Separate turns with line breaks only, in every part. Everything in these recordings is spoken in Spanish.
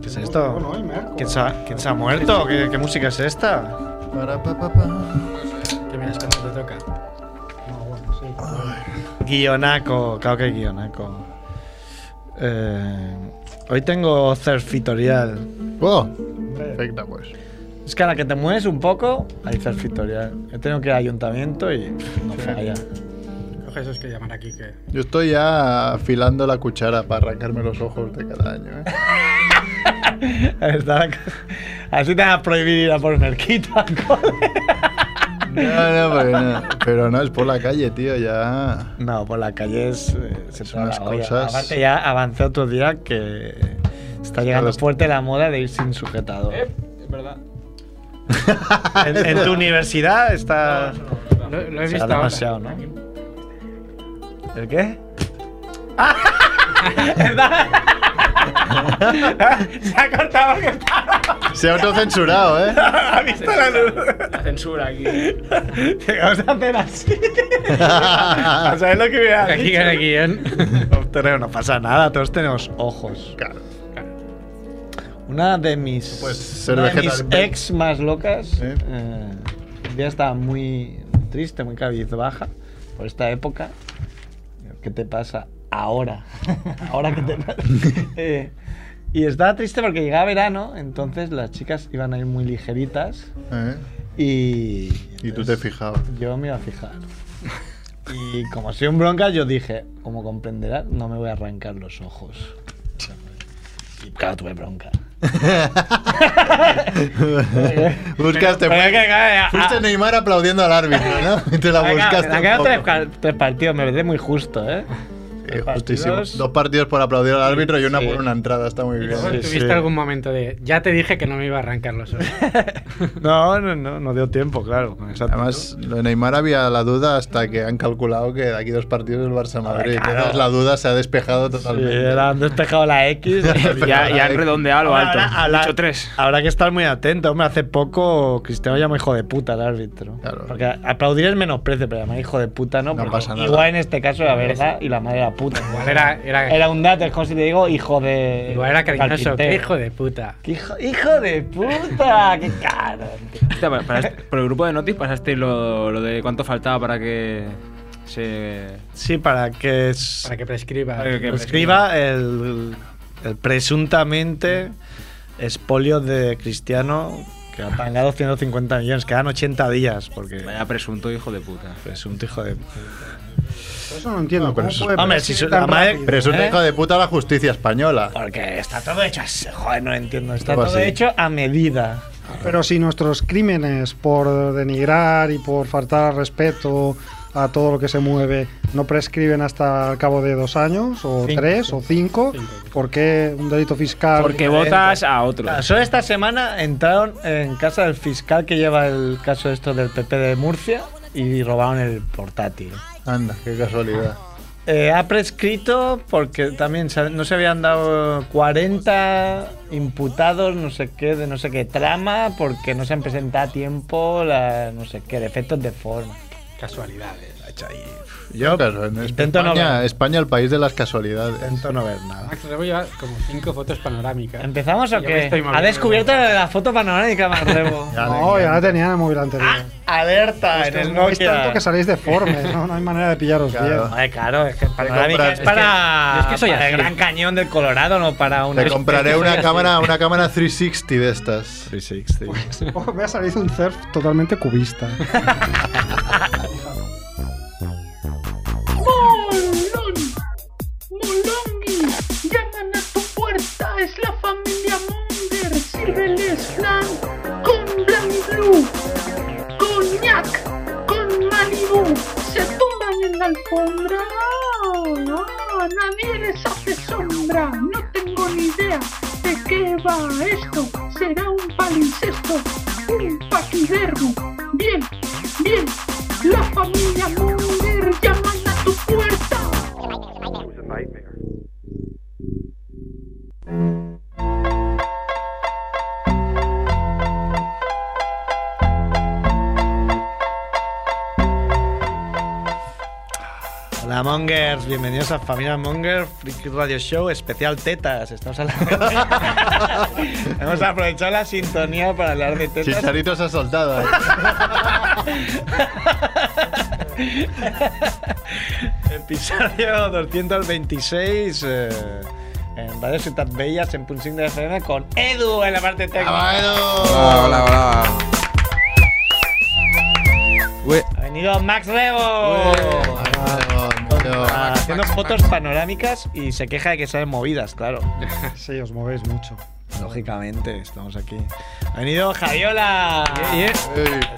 ¿Qué es esto?
Bueno, eh, Marco.
¿Quién se ha, quién se ha muerto? ¿Qué, qué música es esta?
Para, pa, pa, pa.
Que vienes cuando te toca. No, bueno, sí.
Guionaco, claro que guionaco. Eh, hoy tengo cerfitorial.
¡Oh!
Hombre,
Perfecta, pues.
Es que a la que te mueves un poco, hay cerfitorial. He tenido que ir al ayuntamiento y pff, no falla.
coge esos que llaman aquí que.
Yo estoy ya afilando la cuchara para arrancarme los ojos de cada año, ¿eh?
Está- Así te van a prohibir ir a por merquita al cole.
No, no, porque no. Pero no, es por la calle, tío, ya.
No, por la calle es, eh, se
Son
pone
las
la olla.
cosas.
Aparte ya avancé otro día que está llegando
las-
fuerte la moda de ir sin sujetador.
Eh, es verdad.
En, en tu universidad está
Lo, lo
será
he visto ahora.
demasiado, ¿no? ¿El qué? ¿Verdad? se ha cortado que estaba.
Se ha autocensurado, ¿eh?
¿Ha visto la luz?
La censura aquí.
Llegamos a hacer así. ¿A saber lo que hubiera
Aquí
dicho?
gana guión.
Pero no pasa nada, todos tenemos ojos.
Claro.
Una de mis,
Puedes ser
una de mis
vegetariano.
ex más locas.
¿Eh?
eh, un día estaba muy triste, muy cabizbaja por esta época. ¿Qué te pasa ahora? ahora que te pasa. Eh, y estaba triste porque llegaba verano, entonces las chicas iban a ir muy ligeritas
¿Eh?
y.
Y tú te
entonces-
fijabas.
yo me iba a fijar. Y como soy un bronca, yo dije, como comprenderás, no me voy a arrancar los ojos. Y claro, tuve bronca.
Buscaste.
Pero es que, claro,
Fuiste
ah,
Neymar aplaudiendo al árbitro, ¿no? Y te la
me ha quedado-
buscaste.
me ha
un
quedado
poco.
tres, cal- tres partidos, me parece muy justo, ¿eh?
Eh,
Tres
justísimo.
partidos.
Dos partidos por aplaudir al árbitro y una
Sí.
por una entrada, está muy bien.
Sí,
¿Tuviste
sí.
algún momento de.? Ya te dije que no me iba a arrancar los ojos.
No, no, no, no dio tiempo, claro. con esa
Además, lo de Neymar había la duda hasta que han calculado que de aquí dos partidos el Barça Madrid.
claro.
Entonces la duda se ha despejado
actitud.
totalmente.
Sí, era- han despejado la X.
Ya-
Ya,
ya
ya
han
han redondeado alto.
habrá-
Dicho tres.
habrá que estar muy atento. Hombre, hace poco Cristiano llamó hijo de puta al árbitro.
Claro.
Porque aplaudir es menosprecio, pero llamar hijo de puta no.
No
porque
pasa nada.
Igual en este caso era verdad y la madre era puta.
Igual era. Era,
Era un dato, es como si te digo hijo de.
igual era cariñoso.
carpintero.
Qué hijo de puta.
¿Qué hijo, hijo de puta! ¡Qué caro!
Hostia, para- para este- por el grupo de Notis pasasteis lo, lo de cuánto faltaba para que se.
Sí, para que, es-
Para que prescriba.
Para que-
escriba el, el presuntamente espolio de Cristiano que ha pagado 150 millones. Quedan 80 días porque.
Vaya presunto hijo de puta.
Presunto hijo de puta.
Eso no entiendo.
pero
Ah, ¿Cómo
eso-
puede
Hombre,
prescribir
si su-
tan
la madre-
rápido?
Pero es un
¿Eh?
hijo de puta la justicia española.
Porque está todo hecho, así, joder, no lo entiendo. Está
Pues
todo
sí.
hecho a medida.
Pero si nuestros crímenes por denigrar y por faltar al respeto a todo lo que se mueve no prescriben hasta el cabo de dos años, o
Cinco.
tres, o cinco, ¿por qué un delito fiscal?
Porque votas a otro.
Claro, Solo esta semana entraron en casa del fiscal que lleva el caso esto del PP de Murcia y robaron el portátil.
Anda, qué casualidad.
Eh, ha prescrito porque también se- no se habían dado 40 imputados, no sé qué, de no sé qué trama, porque no se han presentado a tiempo, la, no sé qué, defectos de forma.
Casualidades.
Yo, claro, en
Intento no
España,
hablar.
España, el país de las casualidades.
Intento no ver nada.
Max Rebo lleva como cinco fotos panorámicas.
¿Empezamos
Y
o
yo me
qué?
estoy
Ha
moviendo.
descubierto la foto panorámica, Marrebo.
Ya
No, ya la tenía en el móvil anterior.
Alerta Ah, en
Es
el
que es tanto
Nokia.
que saléis deformes, ¿no? No hay manera de pillaros
Claro.
bien.
Ay, claro, es que panorámica
compras-
es para,
es que- es que soy
para el
así.
Gran Cañón del Colorado, no para una.
Te compraré una cámara, una cámara 360 de estas.
360.
Oh, me ha salido un surf totalmente cubista.
¡Molón! ¡Molongi! ¡Llaman a tu puerta! ¡Es la familia Munger! ¡Sírveles flan con Blanc Blue! ¡Coñac! ¡Con Malibu! ¡Se tumban en la alfombra! ¡No! ¡Nadie les hace sombra! ¡No tengo ni idea de qué va esto! ¡Será un palincesto! ¡Un paquidermo! ¡Bien! ¡Bien! ¡La familia Munger llaman a tu puerta!
Hola, Mongers, bienvenidos a Familia Monger, Freak Radio Show, especial tetas. Estamos hablando. Hemos aprovechado la sintonía para hablar de tetas.
Chicharito se ha soltado. ¿eh?
Episodio 226 eh, en Radio Ciudad Bellas, en Punxing de FM, con Edu en la parte
Ah,
técnica.
Bueno.
hola, hola. Ué,
Ha venido Max Rebo.
Bueno,
Ah,
bueno.
haciendo fotos panorámicas y se queja de que salen movidas, claro.
Sí, os movéis mucho.
Lógicamente, estamos aquí. Ha venido Javiola.
Ey,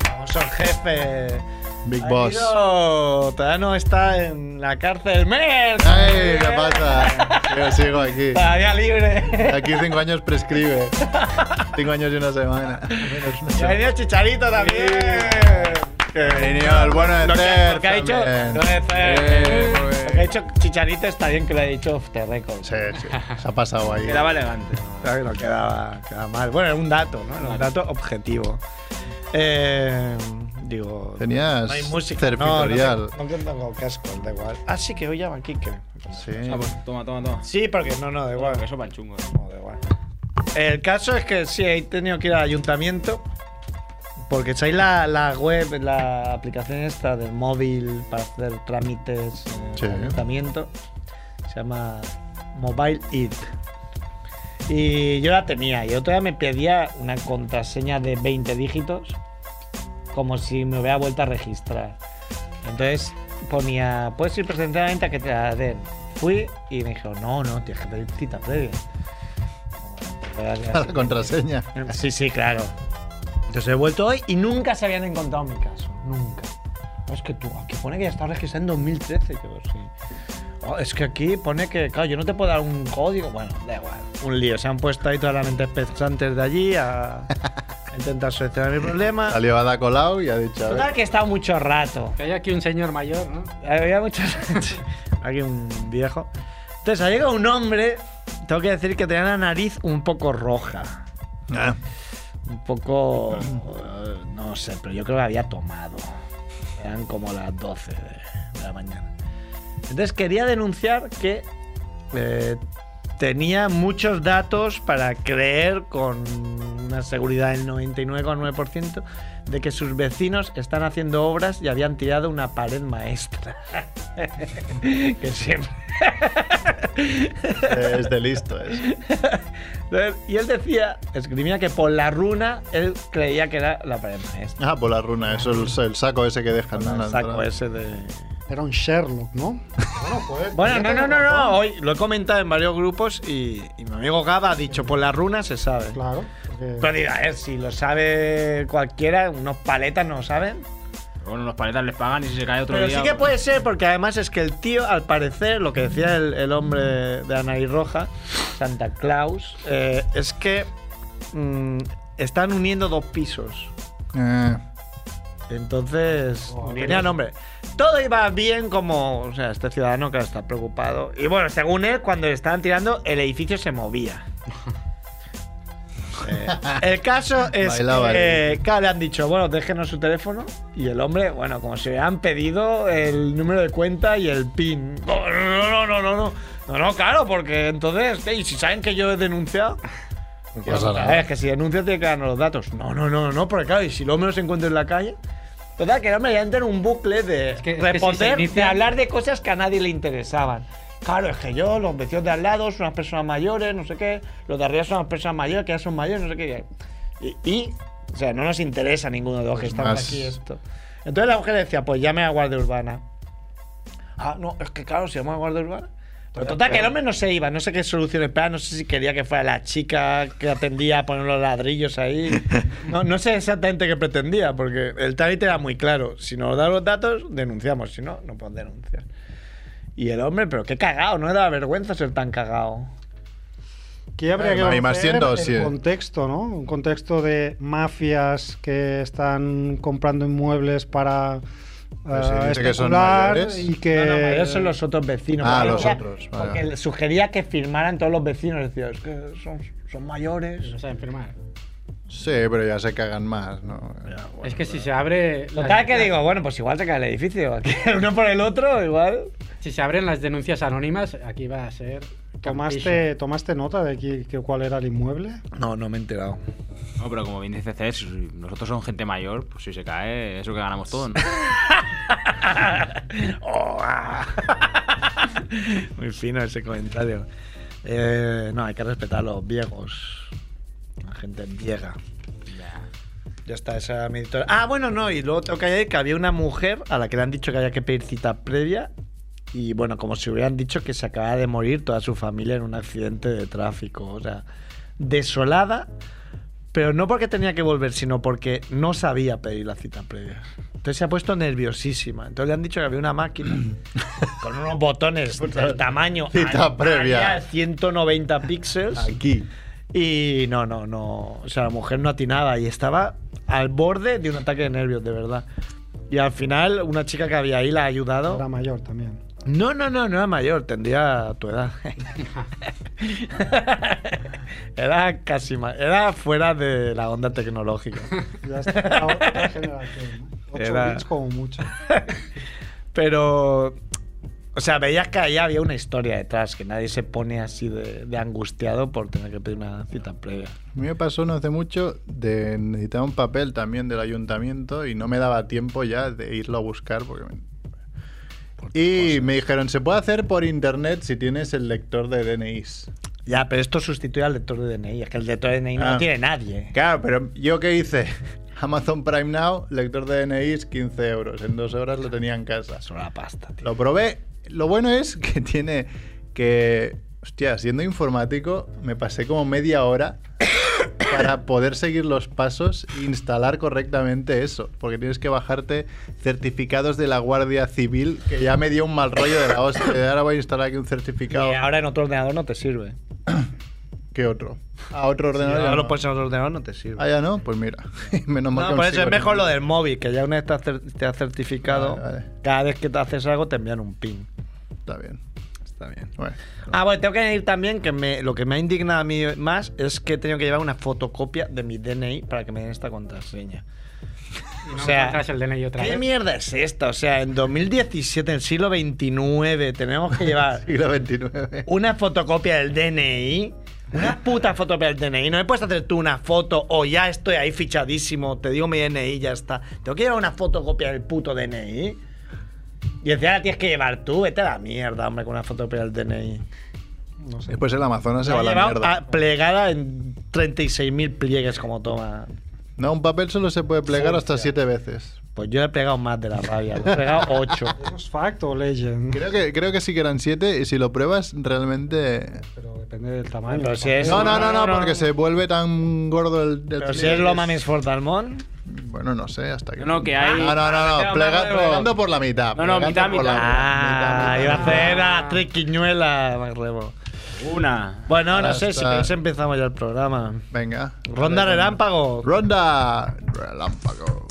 Famoso jefe.
Big
Ha
Boss.
venido- Todavía no está en la cárcel. ¡Mer!
¡Ay, qué pasa! Yo sigo aquí.
Todavía libre.
Aquí cinco años prescribe. Cinco años y una semana. Menos una
Y ha
semana.
venido Chicharito también. Que-
Venido el bueno de
Lo que,
Ter
lo que ha dicho,
también.
lo de Fer.
Eh, muy
Lo
bien.
que ha dicho Chicharito está bien que lo ha dicho off the record.
Sí, sí, se ha pasado ahí.
Quedaba elegante.
Claro que no quedaba, quedaba mal. Bueno, era un dato, ¿no? Era un dato objetivo. Eh, digo.
Tenías
no hay música.
cerpitorial.
No, no, sé, no tengo cascos, da igual. Ah, sí, que hoy llama Kike.
Sí.
Ah, pues toma, toma, toma.
Sí, porque no, no, da igual.
Eso para el chungo.
No, da igual. El caso es que sí, he tenido que ir al ayuntamiento. Porque echáis la, la web, la aplicación esta del móvil para hacer trámites en
Sí.
el ayuntamiento. Se llama Mobile It. Y yo la tenía. Y otro día me pedía una contraseña de 20 dígitos. Como si me hubiera vuelto a registrar. Entonces ponía, puedes ir presencialmente a que te la den. Fui y me dijo, no, no, tienes que pedir cita previa.
A la contraseña.
Sí, sí, claro. Entonces he vuelto hoy y nunca se habían encontrado mi caso. Nunca. No, Es que tú, aquí pone que ya está registrado en 2013. Yo, pues sí. Oh, es que aquí pone que, claro, yo no te puedo dar un código. Bueno, da igual. Un lío. Se han puesto ahí todas las mentes pensantes de allí a a intentar solucionar mi problema.
Ha llevado a Colau y ha dicho. a ver.
Total que he estado mucho rato.
Que hay aquí un señor mayor, ¿no?
Había mucha gente. Aquí un viejo. Entonces ha llegado un hombre. Tengo que decir que tenía la nariz un poco roja.
Ah,
Un poco. eh, No sé, pero yo creo que había tomado. Eran como las 12 de, de la mañana. Entonces quería denunciar que eh, tenía muchos datos para creer con una seguridad del 99,9% de que sus vecinos están haciendo obras y habían tirado una pared maestra. que siempre.
es de listo, es.
Entonces, y él decía, escribía que por la runa él creía que era la pared maestra.
Ah, por la runa, eso es el, el saco ese que dejan. en
El
la
saco
entrada.
ese de.
Era un Sherlock, ¿no? pues,
Bueno, no, no, no, no. Hoy lo he comentado en varios grupos y, y mi amigo Gaba ha dicho, por la runa se sabe.
Claro. porque-
Pero digo, a ver, si lo sabe cualquiera, unos paletas no lo saben.
Pero bueno, los paletas les pagan y si se cae otro
Pero
día. pues.
sí que puede ser, porque además es que el tío, al parecer, lo que decía el, el hombre de la nariz roja, Santa Claus, eh, es que mm, están uniendo dos pisos.
Eh,
Entonces,
Oh,
tenía nombre. Todo iba bien como, o sea, este ciudadano que está preocupado. Y bueno, según él, cuando le estaban tirando, el edificio se movía. Eh, el caso es
Bailaba
que eh, claro, le han dicho, bueno, déjenos su teléfono. Y el hombre, bueno, como si le hubieran pedido el número de cuenta y el PIN. No, no, no, no, no, no. No, no, claro, porque entonces, ¿y si saben que yo he denunciado?
no
Pues
pasa
a ver,
nada.
Es que si denuncias tiene que darnos los datos. No, no, no, no, porque claro, y si luego me los encuentro en la calle. Total, que no me entra en un bucle de
Es que- es que si
responder,
se inicia-
de hablar de cosas que a nadie le interesaban. Claro, es que yo, los vecinos de al lado son unas personas mayores, no sé qué. Los de arriba son unas personas mayores, que ya son mayores, no sé qué. Y, y, o sea, no nos interesa a ninguno de los que estamos
más-
aquí esto. Entonces la mujer decía, pues llame a Guardia Urbana. Ah, no, es que claro, si llamo a Guardia Urbana. Pero total, que el hombre no se iba, no sé qué solución esperaba, no sé si quería que fuera la chica que atendía a poner los ladrillos ahí. No, no sé exactamente qué pretendía, porque el trámite era muy claro. Si nos da los datos, denunciamos, si no, no podemos denunciar. Y el hombre, pero qué cagado, no era vergüenza ser tan cagado.
Aquí habría que
Hay más
ver
siendo,
el
sí.
contexto, ¿no? Un contexto de mafias que están comprando inmuebles para
Pero si
eh,
dice que son
especular
mayores.
y que
No, no, mayores son los otros vecinos.
Ah,
Porque
los
decía-
otros, vale.
Porque le sugería que firmaran todos los vecinos. Decía, es que son, son mayores.
No saben firmar.
Sí, pero ya se cagan más, ¿no?
es que si se abre.
Total
las-
que digo, bueno, pues igual te cae el edificio. Aquí uno por el otro, igual.
Si se abren las denuncias anónimas, aquí va a ser.
¿Tomaste, ¿Tomaste nota de qui- que cuál era el inmueble?
No, no me he enterado.
No, pero como bien dice César, si nosotros somos gente mayor, pues si se cae, eso que ganamos todos, ¿no?
Oh, ah. Muy fino ese comentario. Eh, no, hay que respetar a los viejos. La gente vieja. Ya está, esa era mi editora. Ah, bueno, no, y luego tengo que añadir que había una mujer a la que le han dicho que había que pedir cita previa. Y bueno, como si hubieran dicho que se acababa de morir toda su familia en un accidente de tráfico. O sea, desolada, pero no porque tenía que volver, sino porque no sabía pedir la cita previa. Entonces se ha puesto nerviosísima. Entonces le han dicho que había una máquina con unos botones del tamaño
Cita
Alemania,
previa.
190 píxeles.
Aquí.
Y no, no, no. O sea, la mujer no atinaba y estaba al borde de un ataque de nervios, de verdad. Y al final, una chica que había ahí la ha
Era
ayudado.
mayor también.
No, no, no, no era mayor, tendría tu edad. era casi ma- Era fuera de la onda tecnológica.
Ya está la otra generación. 8
Era-
bits como mucho.
Pero. O sea, veías que ahí había una historia detrás, que nadie se pone así de, de angustiado por tener que pedir una cita previa.
A mí me pasó no hace mucho de necesitar un papel también del ayuntamiento y no me daba tiempo ya de irlo a buscar porque me- Y me dijeron, se puede hacer por internet si tienes el lector de DNIs.
Ya, pero esto sustituye al lector de DNI. Es que el lector de DNI no
Ah.
lo tiene nadie.
Claro, pero ¿yo qué hice? Amazon Prime Now, lector de DNIs, 15 euros. En dos horas lo tenía en casa.
Solo la pasta, tío.
Lo probé. Lo bueno es que tiene que... Hostia, siendo informático, me pasé como media hora para poder seguir los pasos e instalar correctamente eso. Porque tienes que bajarte certificados de la Guardia Civil, que ya me dio un mal rollo de la hostia. de Ahora voy a instalar aquí un certificado.
Y ahora en otro ordenador no te sirve.
¿Qué otro? A otro ordenador. ya
ahora
no.
lo pones en otro ordenador no te sirve.
Ah, ya no, pues mira. Menos mal
no,
que
por
aún
eso es
sigo
mejor
en-
lo del móvil, que ya una vez te has, cer- te has certificado,
Vale, vale.
cada vez que te haces algo te envían un pin.
Está bien.
Está bien.
Bueno.
Ah, bueno, tengo que añadir también que me- lo que me ha indignado a mí más es que he tenido que llevar una fotocopia de mi DNI para que me den esta contraseña.
Y no
O sea,
encuentras el DNI otra
¿Qué
vez.
mierda es esta? O sea, en 2017, en el siglo XXIX, tenemos que llevar
Siglo XXIX.
una fotocopia del DNI. Una puta fotocopia del DNI. No me puedes hacer tú una foto o ya estoy ahí fichadísimo, te digo mi DNI y ya está. Tengo que llevar una fotocopia del puto DNI. Y encima la tienes que llevar tú, vete a la mierda, hombre, con una fotocopia del DNI.
No sé.
Después el Amazonas se
La he
va a la
llevado
mierda.
a- plegada en 36.000 pliegues como toma.
No, un papel solo se puede plegar hasta siete veces.
Pues yo le he plegado más de la rabia, le he plegado 8.
¿Eso es fact o legend?
Creo que, creo que sí que eran siete y si lo pruebas realmente...
Pero depende del tamaño.
Pero si es-
No, no, no, no,
no,
porque
no.
se vuelve tan gordo el... el
Pero
chile
si es
que
lo
es-
mames Fortalmón,
Bueno, no sé, hasta que...
No, no, que hay-
No, no, no, no,
Ah,
plega-
no, no, no.
plegando por la mitad.
No, no,
plegando
mitad,
por la
mitad.
Ah,
mitad,
iba
mitad,
a hacer a tres quiñuelas, me rebo.
Una.
Bueno, no
Ahora
sé, si
está.
queréis empezamos ya el programa.
mitad. Venga.
Ronda relámpago.
Ronda relámpago.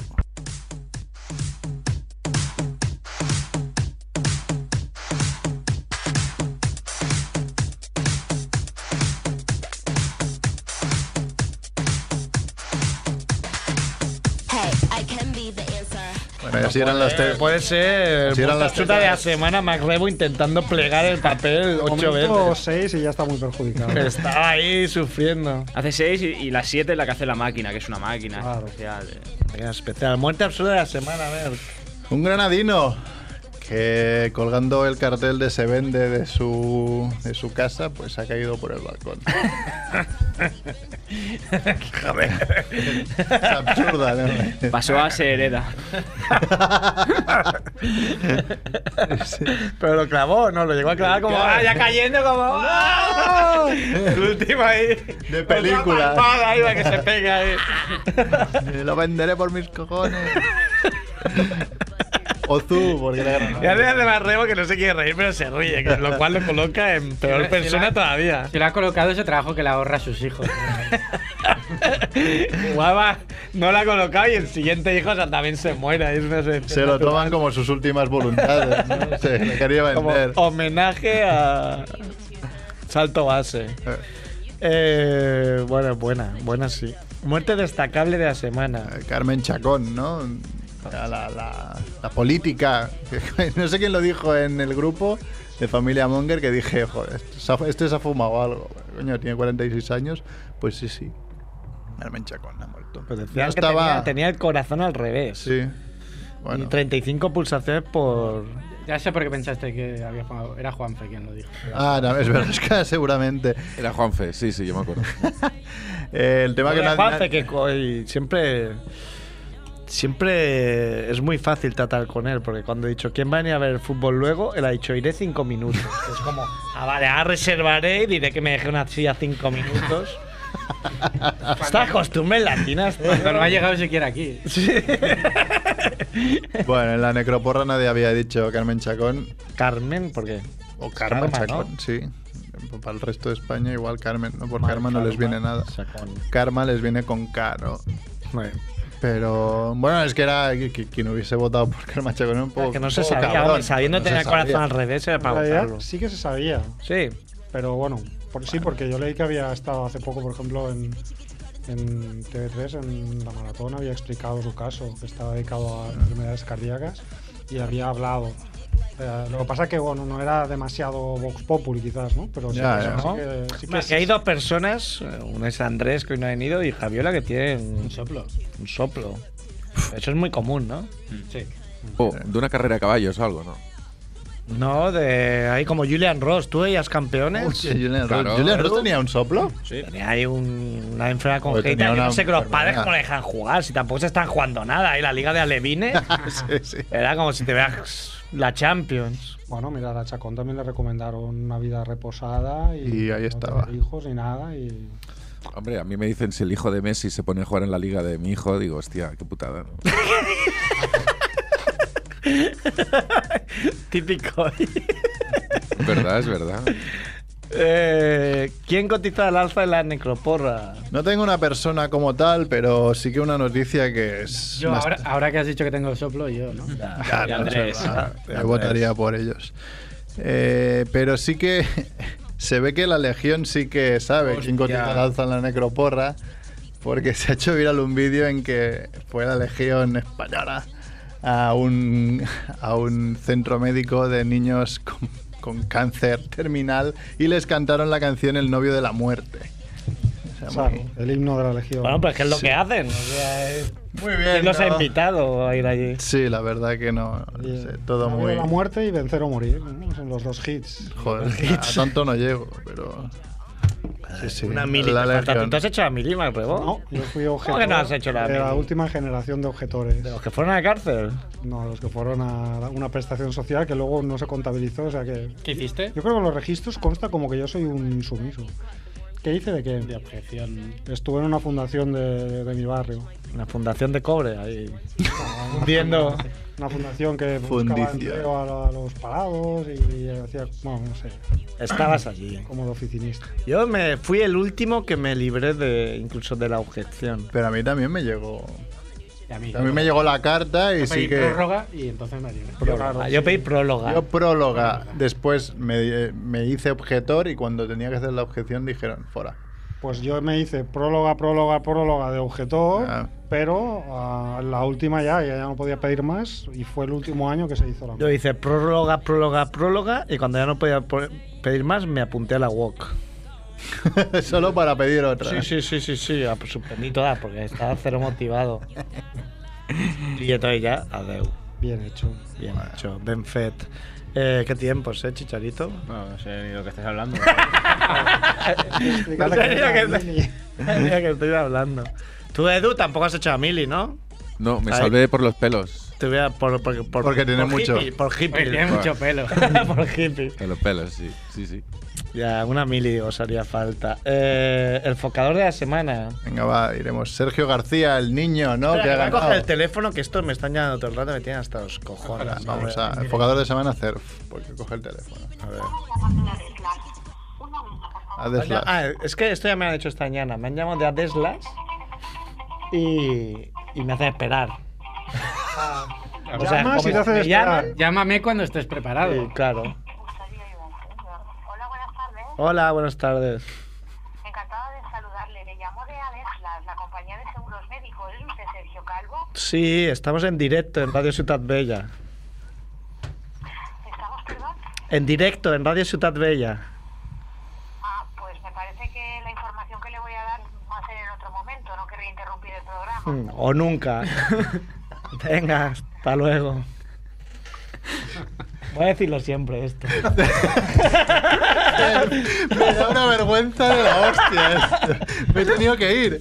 Hey, I can be the answer.
Bueno, y así eran las tres.
Puede ser.
Si eran
puta
las
chuta de Eh, la semana, Macrebo intentando plegar el papel ocho
o
veces.
6 y ya está muy perjudicado.
Estaba ahí sufriendo.
Hace seis y, y las siete es la que hace la máquina, que es una máquina
Claro.
especial. eh.
Venga, especial. Muerte absurda de la semana, a ver.
Un granadino que colgando el cartel de se vende de su, de su casa, pues ha caído por el balcón.
Joder.
Es absurda, ¿no?
Pasó a ser hereda.
Pero lo clavó, ¿no? Lo llegó a clavar como. ¡Ah, ya cayendo! Como. ¡Ah! El último ahí.
De película.
Otra palmada Ahí va que se pega ahí.
Lo venderé por mis cojones. Ozu, porque era
Y ahora
granadino.
además Macrebo que no se quiere reír, pero se ríe, que- lo cual lo coloca en peor persona todavía.
Si lo ha colocado ese trabajo que le ahorra a sus hijos.
Guava no la ha colocado y el siguiente hijo o sea, también se muera. Es una
Se
excepción
lo toman como sus últimas voluntades. ¿no? Se le quería
como oh.
vender.
homenaje a Salto Base.
Eh,
Eh, bueno, buena, buena sí. Muerte destacable de la semana.
Eh, Carmen Chacón, ¿no? La, la- la- la política. No sé quién lo dijo en el grupo de Familia Monger que dije, joder, esto se ha- este se ha fumado algo. Coño, tiene 46 años. Pues sí, sí. Carmen Chacón ha muerto.
Pues
Yo
decían que tenía, tenía el corazón al revés.
Sí.
Y
Bueno,
35 pulsaciones por.
Ya sé por qué pensaste que había fumado. Era Juanfe quien lo dijo.
ah, no, es verdad, es que seguramente.
Era Juanfe, sí, sí, yo me acuerdo.
Eh, el tema que
Hola,
na-
Juanfe, que co- y siempre. Siempre es muy fácil tratar con él, porque cuando he dicho quién va a venir a ver el fútbol luego, él ha dicho iré cinco minutos. Es como, ah, vale, ahora reservaré y diré que me deje una silla cinco minutos. Esta costumbre latina
Pero no
está.
ha llegado siquiera aquí.
Bueno, en la necroporra nadie había dicho Carmen Chacón.
Carmen, porque
O Carmen
Karma,
Chacón,
¿no?
sí. Para el resto de España igual Carmen, ¿no? Por
Mal,
Karma no les
karma,
viene nada.
sacón.
Karma les viene con K, ¿no?
Bueno,
Pero bueno, es que era que- que quien hubiese votado por Karma Chacón era un poco.
que no se
un poco
sabía,
cabrón.
hombre, sabiendo
No se
tener el corazón
sabía.
al revés era
En
para
realidad
votarlo.
sí que se sabía,
Sí,
pero bueno, por, sí, porque yo leí que había estado hace poco, por ejemplo, en, en TV3, en la maratón, había explicado su caso, que estaba dedicado a enfermedades cardíacas y había hablado. Eh, lo que pasa que, bueno, no era demasiado Vox Populi quizás, ¿no? Pero sí,
Ya,
que-
ya.
sí que- sí que
Bueno, que hay dos personas, eh, una es Andrés que hoy no ha venido y Javiola que tiene un,
Un soplo.
un soplo. Eso es muy común, ¿no?
Sí.
Oh, de una carrera de caballos o algo, ¿no?
No, de hay como Julian Ross, tú ellas campeones.
Hostia, Julian Ross.
Claro.
Julian Ross tenía un soplo.
Tenía ahí un- una enfermedad
Joder, tenía
congénita que
una
no sé que los padres
enfermedad.
cómo le dejan jugar, si tampoco se están jugando nada. Y la liga de Alevines
sí, sí.
era como si te veas la Champions.
Bueno, mira, a Chacón también le recomendaron una vida reposada y,
Y ahí
no
estaba.
tener hijos ni nada. Y...
Hombre, a mí me dicen si el hijo de Messi se pone a jugar en la liga de mi hijo, digo, hostia, qué putada. ¿no?
Típico.
Es verdad, es verdad.
Eh, ¿Quién cotiza al alza de la necroporra?
No tengo una persona como tal, pero sí que una noticia que es.
Yo
más-
ahora, ahora que has dicho que tengo el soplo, yo, ¿no?
Claro, Ah,
Y Andrés.
es verdad.
Y
Yo
Andrés.
votaría por ellos. Eh, pero sí que se ve que la Legión sí que sabe quién cotiza al alza en la necroporra, porque se ha hecho viral un vídeo en que fue la Legión española a un, a un centro médico de niños con, con cáncer terminal y les cantaron la canción El novio de la muerte. O sea,
O sea,
muy,
el himno de la legión.
Bueno, pues que es lo que hacen. O sea, es-
muy
¿Quién
bien.
los ha
¿no?
invitado a ir allí?
Sí, la verdad que no. no
Y,
sé,
eh,
todo
la vida,
muy.
La muerte y vencer o morir, ¿no? son los dos hits.
Joder, a tanto no llego, pero. Sí, sí.
Una mili.
La
te falta.
Legión.
¿Tú te has hecho la mili, Marrebo?
No, yo fui objetor
que no has hecho la
de la
mili?
última generación de objetores.
¿De los que fueron a la cárcel?
No, de los que fueron a la- una prestación social que luego no se contabilizó, o sea que...
¿Qué hiciste?
Yo creo que en los registros consta como que yo soy un insumiso. ¿Qué hice de
De
qué?
objeción.
Estuve en una fundación de, de mi barrio.
Una fundación de cobre ahí. Hundiendo.
Una fundación que buscaba
Fundición.
empleo a, la- a los parados y, hacía, bueno, no sé,
Estabas allí.
como de oficinista.
Yo me fui el último que me libré de incluso de la objeción.
Pero a mí también me llegó.
Y a mí.
A mí me llegó la carta y
Yo pedí
sí que.
prórroga y entonces me libré.
Pero claro,
Ah, yo pedí próloga.
Yo próloga. Después me, me hice objetor y cuando tenía que hacer la objeción dijeron, fuera.
Pues yo me hice próloga, próloga, próloga de objetor,
Ah.
pero ah, la última ya, ya no podía pedir más y fue el último año que se hizo la
Yo hice próloga, próloga, próloga y cuando ya no podía po- pedir más me apunté a la walk.
Solo para pedir otra.
Sí, sí, sí, sí, sí, ah, pues suspendí todas porque estaba cero motivado. Y entonces ya, adeu.
Bien hecho.
Bien hecho, Ben Fed. Eh, ¿Qué tiempos, eh, Chicharito?
No, no sé ni de lo que estás hablando.
No sé ni lo que ni lo que estoy hablando. Tú, Edu, tampoco has hecho a Mili, ¿no?
No, me
Ay.
salvé por los pelos.
Te voy a- por, por- por-
Porque tiene
por
mucho.
hippie, por hippie.
Porque tiene mucho pelo.
por hippie.
De los pelos, sí, sí, sí.
Ya, una mili os haría falta. Eh, el focador de la semana.
Venga, va, iremos. Sergio García, el niño, ¿no?
Espera,
que
que
ha
voy a coger
ganado.
el teléfono que esto me están llamando todo el rato, me tienen hasta los cojones.
Ahora, Vamos a. Enfocador de semana, hacer Porque coge el teléfono. A ver. Haz de slash.
Ah, es que esto ya me han hecho esta mañana. Me han llamado de Adeslas y, y me hacen esperar.
Ah. Llamas
como
y te hacen
me
esperar.
llaman,
Llámame cuando estés preparado.
sí, claro. Hola, buenas tardes.
Encantada de saludarle. Le llamo de Adeslas, la compañía de
Sí, estamos en directo en Radio Ciudad Bella.
¿Estamos, perdón?
En directo en Radio Ciudad Bella.
Ah, pues me parece que la información que le voy a dar va a ser en otro momento. No querría interrumpir el programa.
Hmm.
Mm, O nunca. Venga, hasta luego. Voy a decirlo siempre esto.
Me da una vergüenza de la hostia esto. Me he tenido que ir.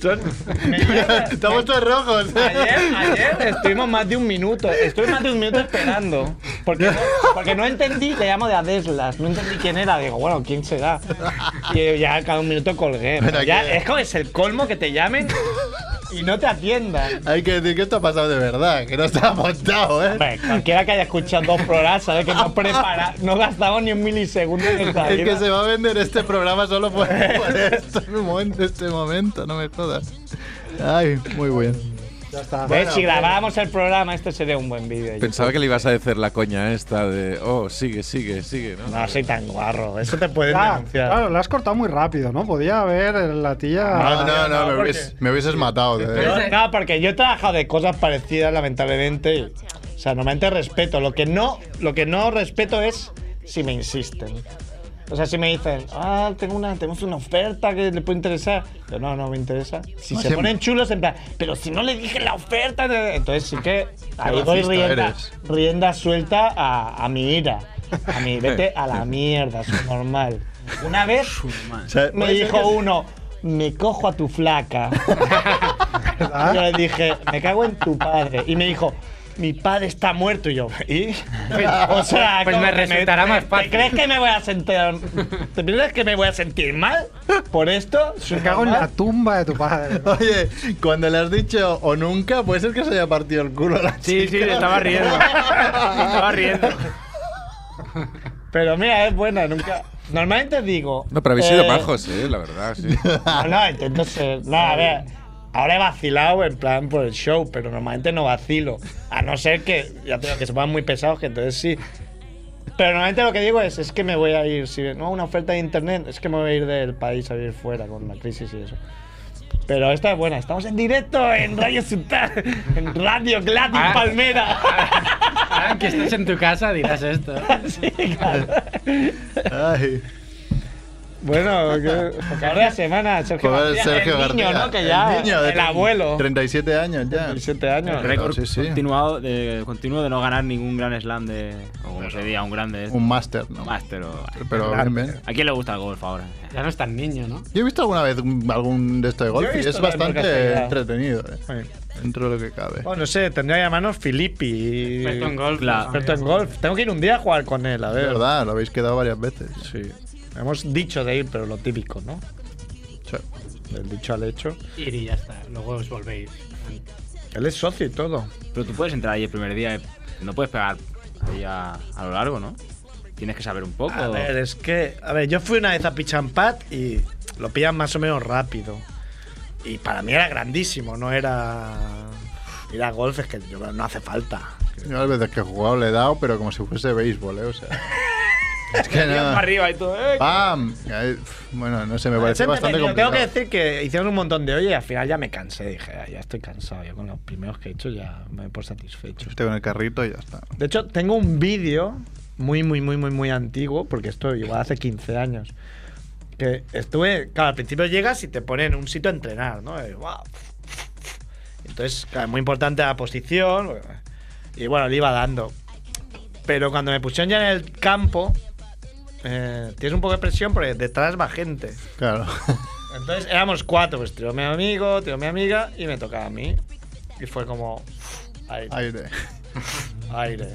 Estamos todos rojos.
Ayer, ayer estuvimos más de un minuto, estuve más de un minuto esperando. Porque no, porque no entendí, le llamo de Adeslas, no entendí quién era, digo, bueno, ¿quién será? Y yo ya cada un minuto colgué.
Pero
pero ya,
que-
es como es el colmo que te llamen y no te atiendan.
Hay que decir que esto ha pasado de verdad, que no estaba montado, ¿eh?
Hombre, cualquiera que haya escuchado dos programas sabe que no prepara, no gastamos ni un milisegundo en esta
Es que
vida.
se va a vender este programa solo por, por esto, en un momento, este momento, no me jodas. Ay, muy bien.
Ya está.
Pues si grabáramos el programa, este sería un buen vídeo.
Pensaba que le ibas a decir la coña esta de, oh, sigue, sigue, sigue, ¿no?
No soy tan guarro, eso te pueden
Ah,
denunciar.
claro, la has cortado muy rápido, ¿no? Podía haber eh, la tía.
No, no, no, me,
porque-
hubies- me hubieses matado. de verdad.
No, no, porque yo he trabajado de cosas parecidas, lamentablemente. y- o sea, normalmente respeto. Lo que no, lo que no respeto es si me insisten. O sea, si me dicen, ah, tengo una, tenemos una oferta que le puede interesar. Yo, no, no me interesa. Si
No,
se
siempre-
ponen chulos, en plan, pero si no le dije la oferta. de-". Entonces sí que ahí doy
racista
rienda,
eres.
rienda suelta a, a mi ira. A mi, vete a la mierda, es normal. Una vez
O sea,
me
puede ser
dijo
que-
uno, me cojo a tu flaca.
¿Ah?
Yo le dije, me cago en tu padre. Y me dijo, mi padre está muerto. Y yo, ¿y? O sea,
Pues
como
me
que
resultará más fácil.
¿Te crees que me voy a sentir. ¿Te crees que me voy a sentir mal por esto?
Me cago en la tumba de tu padre. ¿no?
Oye, cuando le has dicho o nunca, puede ser que se haya partido el culo a la
Sí, sí, estaba riendo. estaba riendo.
Pero mira, es buena, nunca. Normalmente digo.
No, pero habéis sido
eh,
majos, ¿eh? La verdad, sí.
No, no, intento ser. No, a ver. Ahora he vacilado en plan por el show, pero normalmente no vacilo. A no ser que, ya tengo que se pongan muy pesados, que entonces sí. Pero normalmente lo que digo es, es que me voy a ir, si no una oferta de internet, es que me voy a ir del país a vivir fuera con la crisis y eso. Pero esta es buena, estamos en directo en Radio Ciudad, en Radio Gladys
Ah.
Palmera.
Ahora que estés en tu casa dirás esto.
sí, claro.
Ay.
Bueno, que- porque ahora es semana, Sergio
Joder,
García,
Sergio
el niño,
García.
¿no? Que ya,
niño de
el abuelo,
37 años ya.
17 años.
Récord
Sí, sí.
continuado de, continuo de no ganar ningún gran slam de. O como se diga, un grande. este,
Un máster, ¿no?
máster o.
Pero bien, bien.
¿A quién le gusta el golf ahora?
Ya no es tan niño, ¿no?
Yo he visto alguna vez un- algún de esto de golf
Yo he
y
visto
es
la época
bastante
castellana.
entretenido, ¿eh? dentro de lo que cabe.
Bueno, no sé, tendría que llamarnos Filippi.
Experto en golf.
La-
¿no?
Experto en golf. Tengo que ir un día a jugar con él, a
Es
ver.
verdad, lo habéis quedado varias veces.
Sí. Hemos dicho de ir, pero lo típico, ¿no?
Sí.
Del dicho al hecho.
Ir y ya está. Luego os volvéis.
Él es socio y todo.
Pero tú puedes entrar ahí el primer día. eh, No puedes pegar ahí a, a lo largo, ¿no? Tienes que saber un poco.
A ver, es que. A ver, yo fui una vez a Pichampat y lo pillan más o menos rápido. Y para mí era grandísimo, no era. Ir a golf es que yo creo que no hace falta.
Yo las veces que he jugado le he dado, pero como si fuese béisbol, ¿eh? O sea. es que
Para
no.
arriba y todo. eh.
¡Pam! Ay, pf, Bueno, no sé, me parece
Siempre
bastante
tenía-
complicado.
Tengo que decir que hicieron un montón de hoy y al final ya me cansé. Dije, "Ah, ya estoy cansado. Yo con los primeros que he hecho ya me doy por satisfecho.
Fuiste con el carrito y ya está.
De hecho, tengo un vídeo muy, muy, muy, muy, muy antiguo, porque esto igual hace 15 años. Que estuve, claro, al principio llegas y te ponen en un sitio a entrenar, ¿no? Y, guau, Entonces, claro, muy importante la posición. Y bueno, le iba dando. Pero cuando me pusieron ya en el campo, eh, tienes un poco de presión porque detrás va gente.
Claro.
Entonces éramos cuatro, pues tiró mi amigo, tiró mi amiga y me tocaba a mí. Y fue como aire,
Aire.
aire,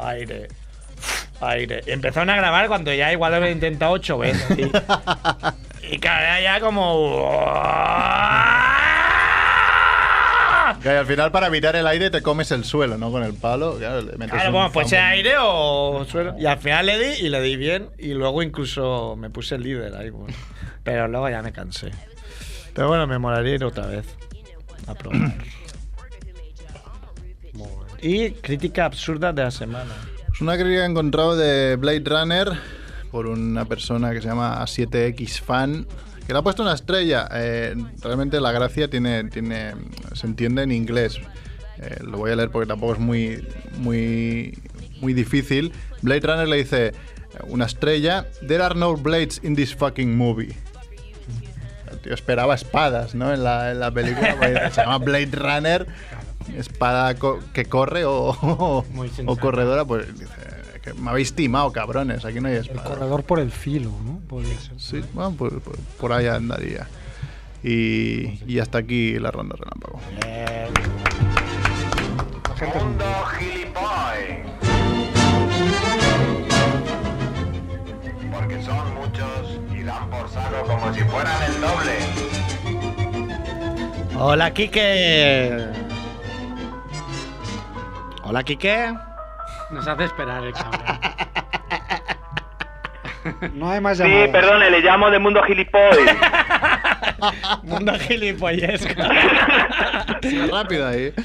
aire, aire. Y empezaron a grabar cuando ya igual lo había intentado ocho veces. Y, y claro, era ya como...
Que al final, para evitar el aire, te comes el suelo, ¿no? Con el palo. Claro, le metes
Claro,
un
bueno, pues
zambombo.
sea aire o suelo. Y al final le di y le di bien. Y luego incluso me puse el líder ahí. bueno. Pero luego ya me cansé. Pero bueno, me molaría ir otra vez a probar. y crítica absurda de la semana.
Es una crítica que he encontrado de Blade Runner por una persona que se llama 7X Fan, Que le ha puesto una estrella. Eh, realmente la gracia tiene, tiene, se entiende en inglés. Eh, lo voy a leer porque tampoco es muy, muy, muy difícil. Blade Runner le dice eh, una estrella. There are no blades in this fucking movie. El tío esperaba espadas, ¿no? En la, en la película. porque se llama Blade Runner. Espada co- que corre o, o-
Muy
o
sensato.
corredora. Pues dice, que me habéis timado, cabrones. Aquí no hay
El
espada.
corredor por el filo, ¿no? Podría ser.
Sí, bueno, por, por- por ahí andaría. Y, y hasta aquí la ronda relámpago.
La gente es un-
Porque son muchos y dan por saco como si fueran el doble.
Hola, Quique. Hola, Quique.
Nos hace esperar el cabrón.
No hay más
Sí,
llamadas.
perdone, le llamo de Mundo Gilipoll.
Mundo gilipollesco.
Rápido ahí.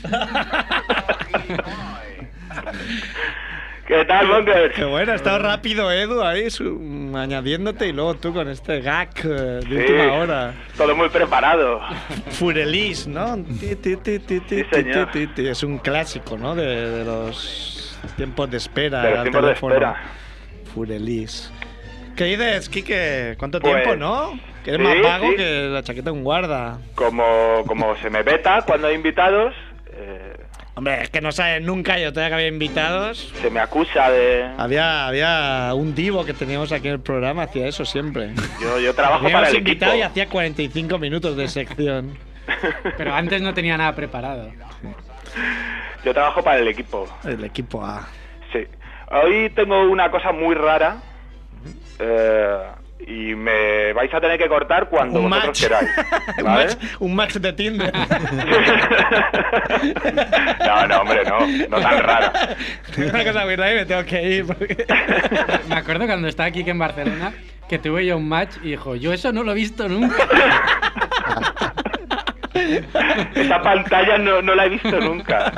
¿Qué tal,
Qué
Bunker?
bueno, ha
Eh.
estado rápido Edu ahí su- mm, añadiéndote y luego tú con este gag eh, de
Sí.
última hora.
Todo muy preparado.
Furelis, ¿no? Ti, ti, ti, ti, ti,
Sí,
ti,
señor.
ti, ti. Es un clásico, ¿no? De, de los tiempos de espera.
De los
al
tiempos de
teléfono.
espera.
Furelis. ¿Qué dices, Quique? ¿Cuánto
Pues,
tiempo, no? Que eres
sí,
más vago
sí.
que la chaqueta de un guarda.
Como, como se me veta cuando hay invitados, eh,
Hombre, es que no sabes nunca, yo tenía que había invitados.
se me acusa de...
Había, había un divo que teníamos aquí en el programa, hacía eso siempre.
Yo, yo trabajo para
Teníamos
el equipo.
invitado y hacía 45 minutos de sección.
Pero antes no tenía nada preparado.
Yo trabajo para el equipo.
El equipo A.
Sí. Hoy tengo una cosa muy rara. eh, y me vais a tener que cortar cuando
Un match.
vosotros queráis.
un,
¿vale?
match, un match de Tinder.
no, no, hombre, no. No tan rara.
Tengo una cosa muy rara y me tengo que ir. porque-
Me acuerdo cuando estaba aquí que en Barcelona que tuve yo un match y dijo, yo eso no lo he visto nunca.
Esa pantalla no, no la he visto nunca.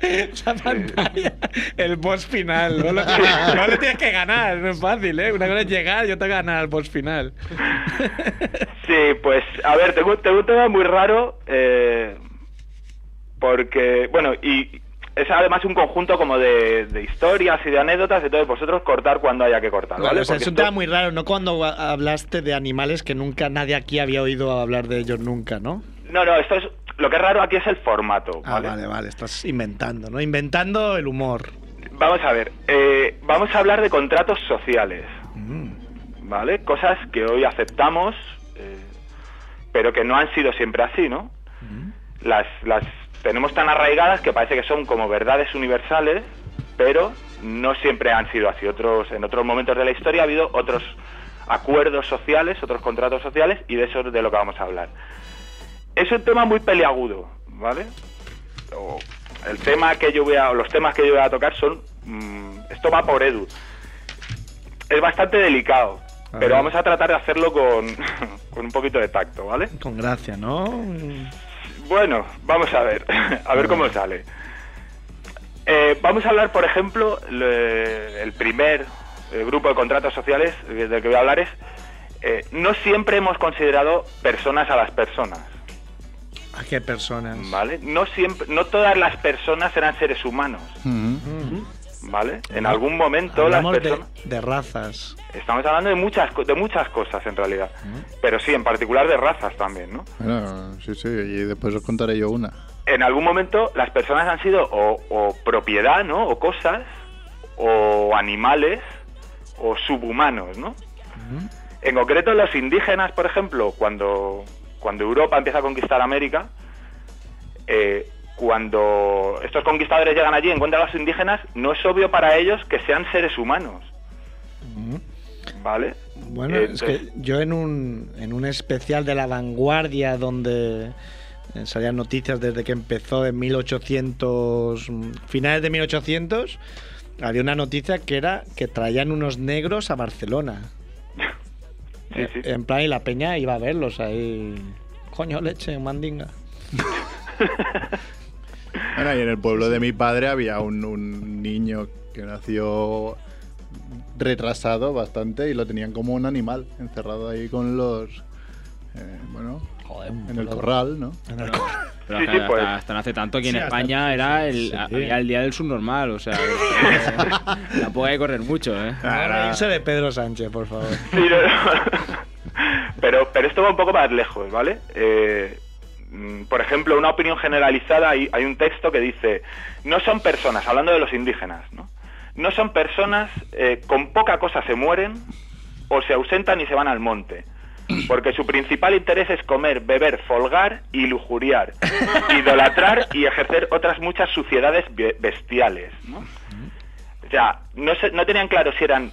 Esa pantalla. El boss final. No, lo, no le tienes que ganar, no es fácil, ¿eh? Una cosa es llegar y otra ganar al boss final.
Sí, pues, a ver, tengo, tengo un tema muy raro. eh, porque, bueno, y es además un conjunto como de, de historias y de anécdotas. Entonces, vosotros cortar cuando haya que cortar. ¿vale?
o sea,
Porque
es un
esto-
tema muy raro, ¿no? Cuando a- hablaste de animales que nunca nadie aquí había oído hablar de ellos nunca, ¿no?
No, no, esto es. Lo que es raro aquí es el formato,
Ah,
¿vale?
vale, vale, estás inventando, ¿no? Inventando el humor.
Vamos a ver, eh, vamos a hablar de contratos sociales,
Mm.
¿vale? Cosas que hoy aceptamos, eh, pero que no han sido siempre así, ¿no? Las, las tenemos tan arraigadas que parece que son como verdades universales, pero no siempre han sido así. Otros, en otros momentos de la historia ha habido otros acuerdos sociales, otros contratos sociales, y de eso es de lo que vamos a hablar. Es un tema muy peliagudo, ¿vale? o el tema que yo voy a, o los temas que yo voy a tocar son, mm, esto va por Edu. Es bastante delicado, pero vamos a tratar de hacerlo con, con un poquito de tacto, ¿vale?
Con gracia, ¿no?
Bueno, vamos a ver, a ver cómo sale. Eh, vamos a hablar, por ejemplo, le- el primer eh, grupo de contratos sociales eh, del que voy a hablar es, eh, no siempre hemos considerado personas a las personas.
¿A qué personas?
¿Vale? No siempre, no todas las personas eran seres humanos,
Mm.
¿vale? En algún momento las
Hablamos de,
personas
de razas.
estamos hablando de muchas co- de muchas cosas en realidad, pero sí, en particular de razas también, ¿no?
Bueno, sí, sí, y después os contaré yo una.
En algún momento las personas han sido o, o propiedad, ¿no? O cosas, o animales, o subhumanos, ¿no? En concreto los indígenas, por ejemplo, cuando cuando Europa empieza a conquistar América, eh, cuando estos conquistadores llegan allí y encuentran a los indígenas, no es obvio para ellos que sean seres humanos. ¿Vale?
Bueno,
Eh,
es que yo en un, en un especial de La Vanguardia donde eh, salían noticias desde que empezó en 1800, mm, finales de 1800, había una noticia que era que traían unos negros a Barcelona. Eh,
Sí, sí.
En plan, y la peña iba a verlos ahí. Coño, leche, mandinga.
Bueno, y en el pueblo de mi padre había un, un niño que nació retrasado bastante y lo tenían como un animal encerrado ahí con los eh, bueno,
en
el corral, ¿no?
Pero
Sí,
hasta,
sí, pues.
hasta- hasta no hace tanto aquí en
Sí, hasta-
España era el,
sí.
había el día del subnormal, o sea, eh, tampoco hay que correr mucho, ¿eh?
Eso de Pedro Sánchez, por favor.
Pero, pero esto va un poco más lejos, ¿vale? Eh, mm, por ejemplo, una opinión generalizada, hay, hay un texto que dice, no son personas, hablando de los indígenas, ¿no? No son personas, eh, con poca cosa se mueren o se ausentan y se van al monte. Porque su principal interés es comer, beber, folgar y lujuriar, idolatrar y ejercer otras muchas suciedades be- bestiales. ¿no? O sea, no, se- no tenían claro si eran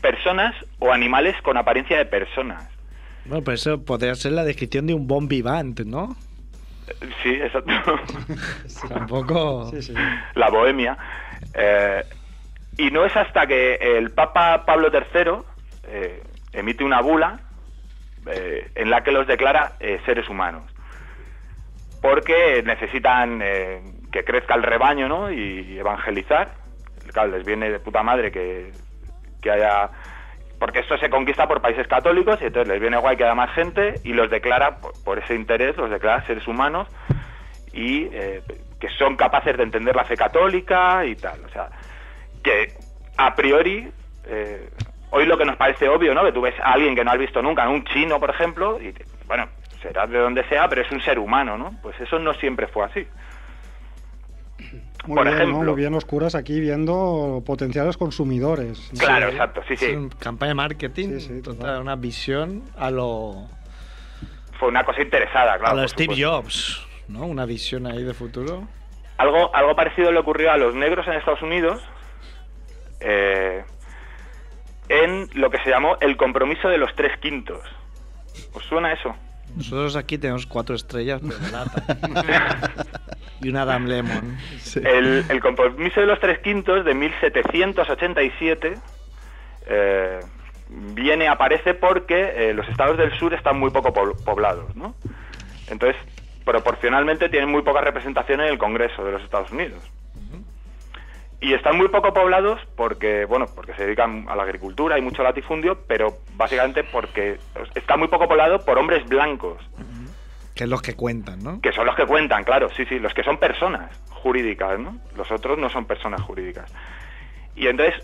personas o animales con apariencia de personas.
Bueno, pero eso podría ser la descripción de un bon vivant, ¿no?
Sí, exacto.
Tampoco.
La bohemia. Eh, y no es hasta que el Papa Pablo III eh, emite una bula eh, en la que los declara eh, seres humanos. Porque necesitan eh, que crezca el rebaño ¿no? y evangelizar. Claro, les viene de puta madre que, que haya... Porque esto se conquista por países católicos y entonces les viene guay que haya más gente y los declara, por- por ese interés, los declara seres humanos y eh, que son capaces de entender la fe católica y tal. O sea, que a priori, eh, hoy lo que nos parece obvio, ¿no? Que tú ves a alguien que no has visto nunca, un chino, por ejemplo, y te- bueno, será de donde sea, pero es un ser humano, ¿no? Pues eso no siempre fue así.
Muy
Por
bien, ¿no?
ejemplo.
Muy bien los curas aquí viendo potenciales consumidores. ¿no?
Claro, exacto, sí, sí.
Es una campaña de marketing, total, una visión a lo,
Fue una cosa interesada, claro.
a lo
por
Steve
supuesto.
Jobs, ¿no? Una visión ahí de futuro.
Algo, algo parecido le ocurrió a los negros en Estados Unidos eh, en lo que se llamó el compromiso de los tres quintos. ¿Os suena eso?
Nosotros aquí tenemos cuatro estrellas, pero de lata. y una Adam Lemon.
El, el compromiso de los tres quintos de 1787 eh, viene, aparece porque eh, los estados del sur están muy poco po- poblados, ¿no? Entonces, proporcionalmente tienen muy poca representación en el Congreso de los Estados Unidos. Y están muy poco poblados porque, bueno, porque se dedican a la agricultura, hay mucho latifundio, pero básicamente porque está muy poco poblado por hombres blancos,
Que es los que cuentan, ¿no?
que son los que cuentan, claro, sí, sí, los que son personas jurídicas, ¿no? Los otros no son personas jurídicas. Y entonces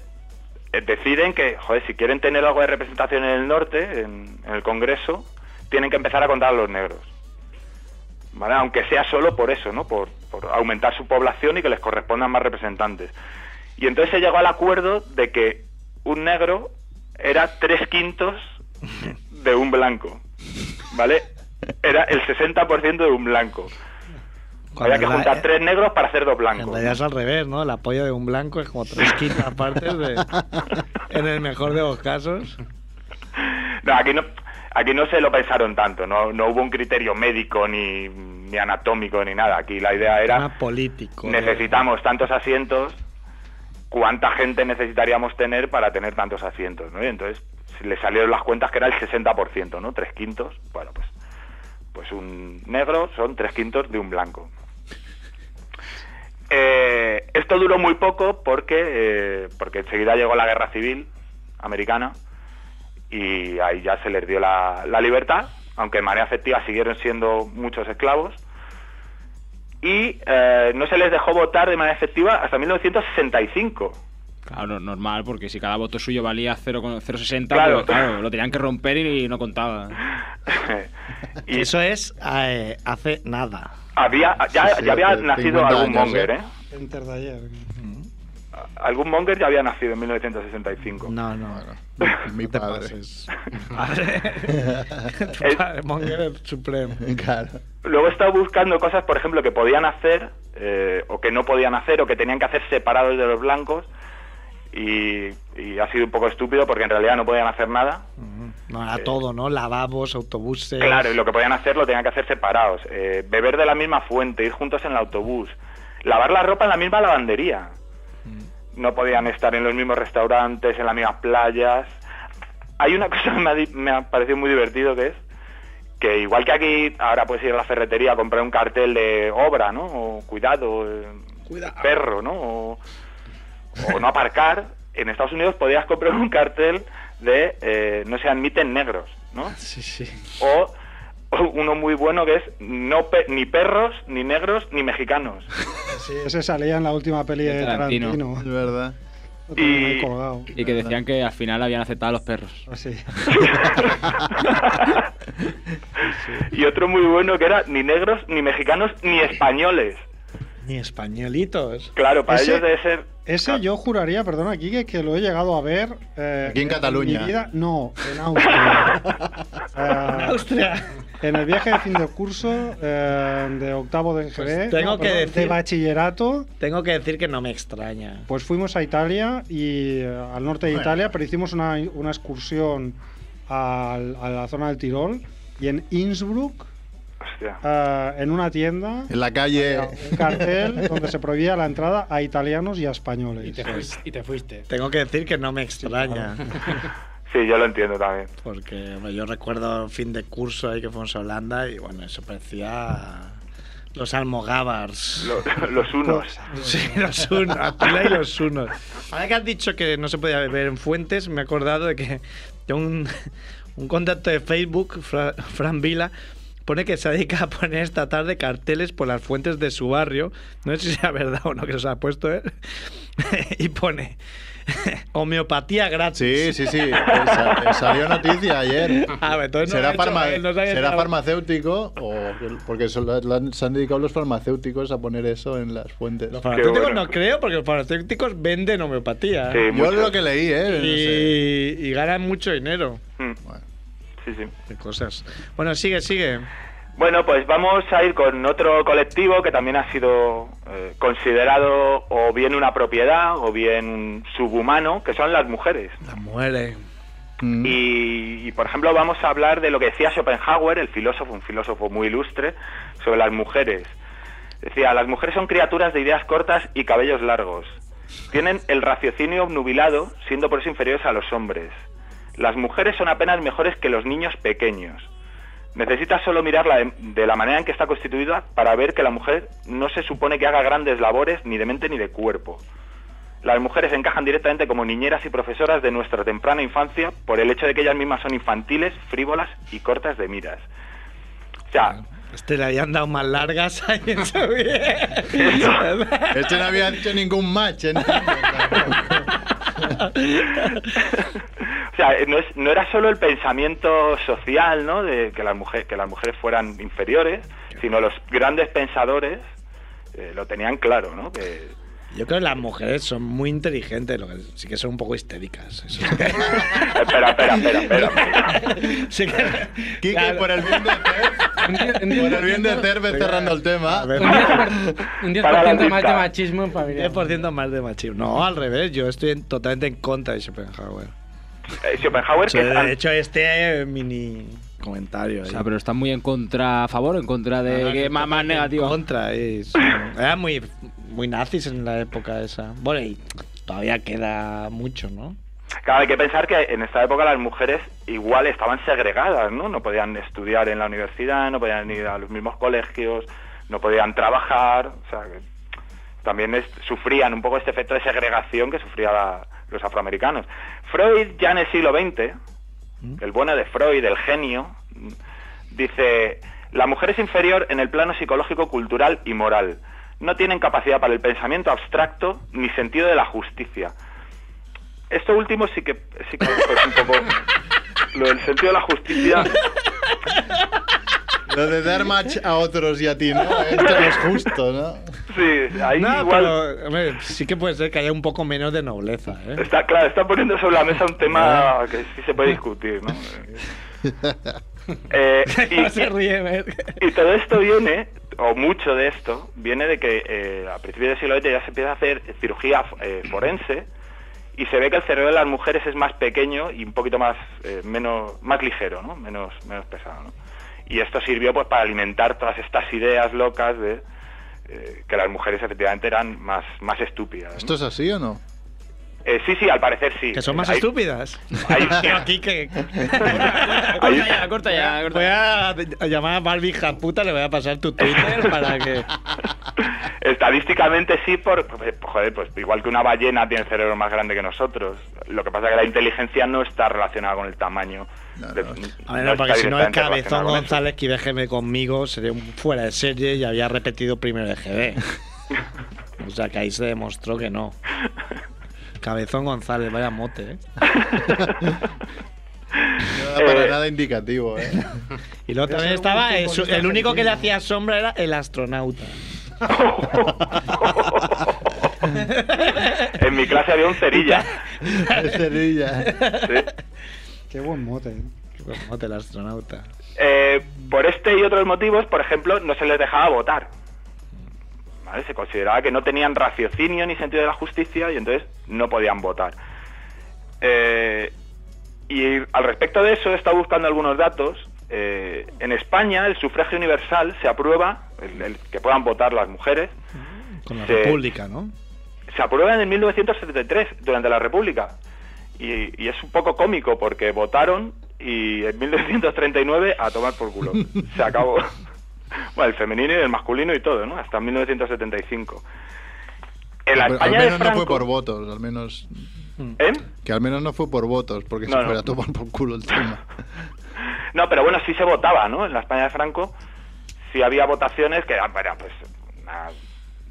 eh, deciden que, joder, si quieren tener algo de representación en el norte, en, en el Congreso, tienen que empezar a contar a los negros. ¿Vale? Aunque sea solo por eso, ¿no? Por, por aumentar su población y que les correspondan más representantes. Y entonces se llegó al acuerdo de que un negro era tres quintos de un blanco. ¿Vale? Era el 60% de un blanco.
Cuando
Había que
la- e-
juntar tres negros para hacer dos
En
blancos.
realidad es al revés, ¿no? La polla de un blanco es como tres quintas partes de. En el mejor de los casos.
No, aquí no, aquí no se lo pensaron tanto, no, no hubo un criterio médico ni, ni anatómico ni nada. Aquí la idea era
Tema político. de-
necesitamos tantos asientos, cuánta gente necesitaríamos tener para tener tantos asientos, ¿no? Y entonces si le salieron las cuentas que era el 60%, ¿no? Tres quintos, bueno, pues, pues un negro son tres quintos de un blanco. Eh, esto duró muy poco porque, eh, porque enseguida llegó la guerra civil americana y ahí ya se les dio la, la libertad, aunque en manera efectiva siguieron siendo muchos esclavos. Y eh, no se les dejó votar de manera efectiva hasta 1965.
Claro, normal, porque si cada voto suyo valía 0,060,
Claro.
pues, claro, lo tenían que romper y no contaba.
Y
Eso es eh, hace nada.
Había, ya,
Sí, sí,
ya había
de
nacido
50
algún
años,
monger,
¿eh?
¿eh?
Enter de ayer.
Algún monger ya había nacido en 1965.
No, no.
Mi padre.
Tu padre, Monger Supremo.
Claro.
Luego estaba buscando cosas, por ejemplo, que podían hacer eh, o que no podían hacer o que tenían que hacer separados de los blancos y, y ha sido un poco estúpido porque en realidad no podían hacer nada.
No, a todo, ¿no? Lavabos, autobuses.
Claro, y lo que podían hacer lo tenían que hacer separados. Eh, beber de la misma fuente, ir juntos en el autobús, lavar la ropa en la misma lavandería. No podían estar en los mismos restaurantes, en las mismas playas. Hay una cosa que me ha, di- me ha parecido muy divertido que es que igual que aquí ahora puedes ir a la ferretería a comprar un cartel de obra, ¿no? O cuidado, eh, perro, ¿no? O, o no aparcar. En Estados Unidos podías comprar un cartel de eh, no se admiten negros, ¿no?
Sí, sí.
o uno muy bueno que es no pe- ni perros, ni negros, ni mexicanos.
Sí, ese salía en la última peli de
Tarantino.
Tarantino. Es
verdad.
Y-
colgado.
Y que decían que al final habían aceptado a los perros.
Sí.
Y otro muy bueno que era ni negros, ni mexicanos, ni españoles.
Ni españolitos.
Claro, para
Ese-
ellos debe ser
Ese yo juraría, perdona, aquí que, que lo he llegado a ver. eh,
Aquí en Cataluña.
mi vida- no, en Austria. Eh,
Austria.
En el viaje de fin de curso eh, de octavo de GB,
Pues tengo
no,
que
perdón, de
decir-
bachillerato,
Tengo que decir que no me extraña.
pues fuimos a Italia y eh, al norte de
Bueno.
Italia, pero hicimos una, una excursión al- a la zona del Tirol y en Innsbruck,
Hostia.
eh, en una tienda, eh,
En la calle.
un cartel donde se prohibía la entrada a italianos y a españoles.
Y te, fuiste, y te fuiste.
Tengo que decir que no me extraña.
Sí, yo lo entiendo también.
Porque hombre, yo recuerdo fin de curso ahí que fuimos a Holanda y bueno, eso parecía los almogávars.
Lo- los unos.
Sí, los unos, Atila y los unos. Ahora que has dicho que no se podía beber en fuentes, me he acordado de que tengo un, un contacto de Facebook, Fra- Fran Vila, pone que se dedica a poner esta tarde carteles por las fuentes de su barrio. No sé si sea verdad o no que los ha puesto él. y pone homeopatía gratis.
Sí, sí, sí. eh, sa- Salió noticia ayer.
Ah, entonces no lo ha
¿Será,
hecho
farma-
él, no sabía
será
esta-
farmacéutico? o Porque se, lo- lo han- se han dedicado los farmacéuticos a poner eso en las fuentes.
Los farmacéuticos
bueno.
no creo, porque los farmacéuticos venden homeopatía.
Sí,
Yo
muchos.
lo que leí, ¿eh?
y,
No sé.
y ganan mucho dinero
Mm.
Bueno.
Sí, sí.
de cosas. Bueno, sigue, sigue.
Bueno, pues vamos a ir con otro colectivo que también ha sido eh, considerado o bien una propiedad o bien un subhumano, que son las mujeres.
La muere.
Mm.
Y, y, por ejemplo, vamos a hablar de lo que decía Schopenhauer, el filósofo, un filósofo muy ilustre, sobre las mujeres. Decía, las mujeres son criaturas de ideas cortas y cabellos largos. Tienen el raciocinio obnubilado, siendo por eso inferiores a los hombres. Las mujeres son apenas mejores que los niños pequeños. Necesitas solo mirarla de, de la manera en que está constituida para ver que la mujer no se supone que haga grandes labores ni de mente ni de cuerpo. Las mujeres encajan directamente como niñeras y profesoras de nuestra temprana infancia por el hecho de que ellas mismas son infantiles, frívolas y cortas de miras. O sea,
Este le habían dado más largas ahí en su vida.
Este no había hecho ningún match. ¿eh?
o sea no, es- no era solo el pensamiento social, ¿no? De que las, mujer- que las mujeres fueran inferiores, sino los grandes pensadores eh, lo tenían claro, ¿no? Que,
Yo creo que las mujeres son muy inteligentes, lo que sí que son un poco histéricas. eso sí que-
espera, espera, espera, espera.
sí que-
Quique,
Claro.
por el bien de Ter,
Un die- un
por
10%,
el bien de Ter, ve cerrando el tema.
A ver,
un 10%
Para la
más
lista.
de machismo en familia.
10% más de machismo. No, al revés, yo estoy en- totalmente en contra de Schopenhauer.
Eh, Schopenhauer, que es-
De hecho, este eh, mini comentario.
O
ahí.
sea, pero están muy en contra, a favor o en contra de
No, no,
que
no,
más, más negativo.
Contra, es. eh, Era muy, muy nazis en la época esa. Bueno, y todavía queda mucho, ¿no?
Claro, hay que pensar que en esta época las mujeres igual estaban segregadas, ¿no? No podían estudiar en la universidad, no podían ir a los mismos colegios, no podían trabajar, o sea, que también es- sufrían un poco este efecto de segregación que sufrían los afroamericanos. Freud ya en el siglo XX, el bueno de Freud, el genio, dice, la mujer es inferior en el plano psicológico, cultural y moral. No tienen capacidad para el pensamiento abstracto ni sentido de la justicia. Esto último sí que, sí que fue un poco... Lo del sentido de la justicia...
Lo de dar match a otros y a ti, ¿no? Esto no es justo, ¿no?
Sí, ahí
no,
igual...
pero hombre, sí que puede ser que haya un poco menos de nobleza, ¿eh?
Está, claro, está poniendo sobre la mesa un tema que sí se puede discutir, ¿no? Eh,
No
y-
se ríe, ¿eh?
Y todo esto viene, o mucho de esto, viene de que eh, a principios del siglo XX ya se empieza a hacer cirugía eh, forense y se ve que el cerebro de las mujeres es más pequeño y un poquito más eh, menos más ligero, ¿no? menos, menos pesado. ¿no? Y esto sirvió pues para alimentar todas estas ideas locas de eh, que las mujeres efectivamente eran más, más estúpidas. ¿no?
¿Esto es así o no?
Eh, sí, sí, al parecer sí. Eh,
Que son más
Hay-
estúpidas.
hay-
Pero aquí que.
hay-
Corta ya, corta ya, corta
Voy a a llamar a Barbie hija puta, le voy a pasar tu Twitter para que.
Estadísticamente sí, por, pues, joder, pues igual que una ballena tiene el cerebro más grande que nosotros. Lo que pasa es que la inteligencia no está relacionada con el tamaño. de-
A ver,
no
no, porque
está
si no el
directamente
cabezón
relacionada con eso.
González que iba a GM conmigo sería un fuera de serie y había repetido primero de GB. o sea que ahí se demostró que no. Cabezón González, vaya mote, ¿eh?
No era para nada indicativo, ¿eh?
Y luego también estaba el, su- el único que le hacía sombra era el astronauta.
Eh, En mi clase había un cerilla. Sí.
Qué buen mote. ¿eh?
Qué buen mote el astronauta.
Eh, por este y otros motivos, por ejemplo, no se les dejaba votar. ¿Vale? Se consideraba que no tenían raciocinio ni sentido de la justicia y entonces no podían votar. Eh, y al respecto de eso, he estado buscando algunos datos. Eh, en España, el sufragio universal se aprueba, el- el que puedan votar las mujeres,
Con la
Sí.
República, ¿no?
se aprueba en 1973, durante la República. Y, y es un poco cómico porque votaron y en 1939 a tomar por culo. Se acabó. bueno, el femenino y el masculino y todo, ¿no? Hasta 1975. En
Pero
la
al
España de
menos no
Franco...
fue por votos, al menos.
Mm.
¿Eh?
Que al menos no fue por votos, porque
No,
se
no.
fuera a tomar por culo el tema.
No, pero bueno, sí se votaba, ¿no? En la España de Franco sí había votaciones que eran, bueno, pues, una,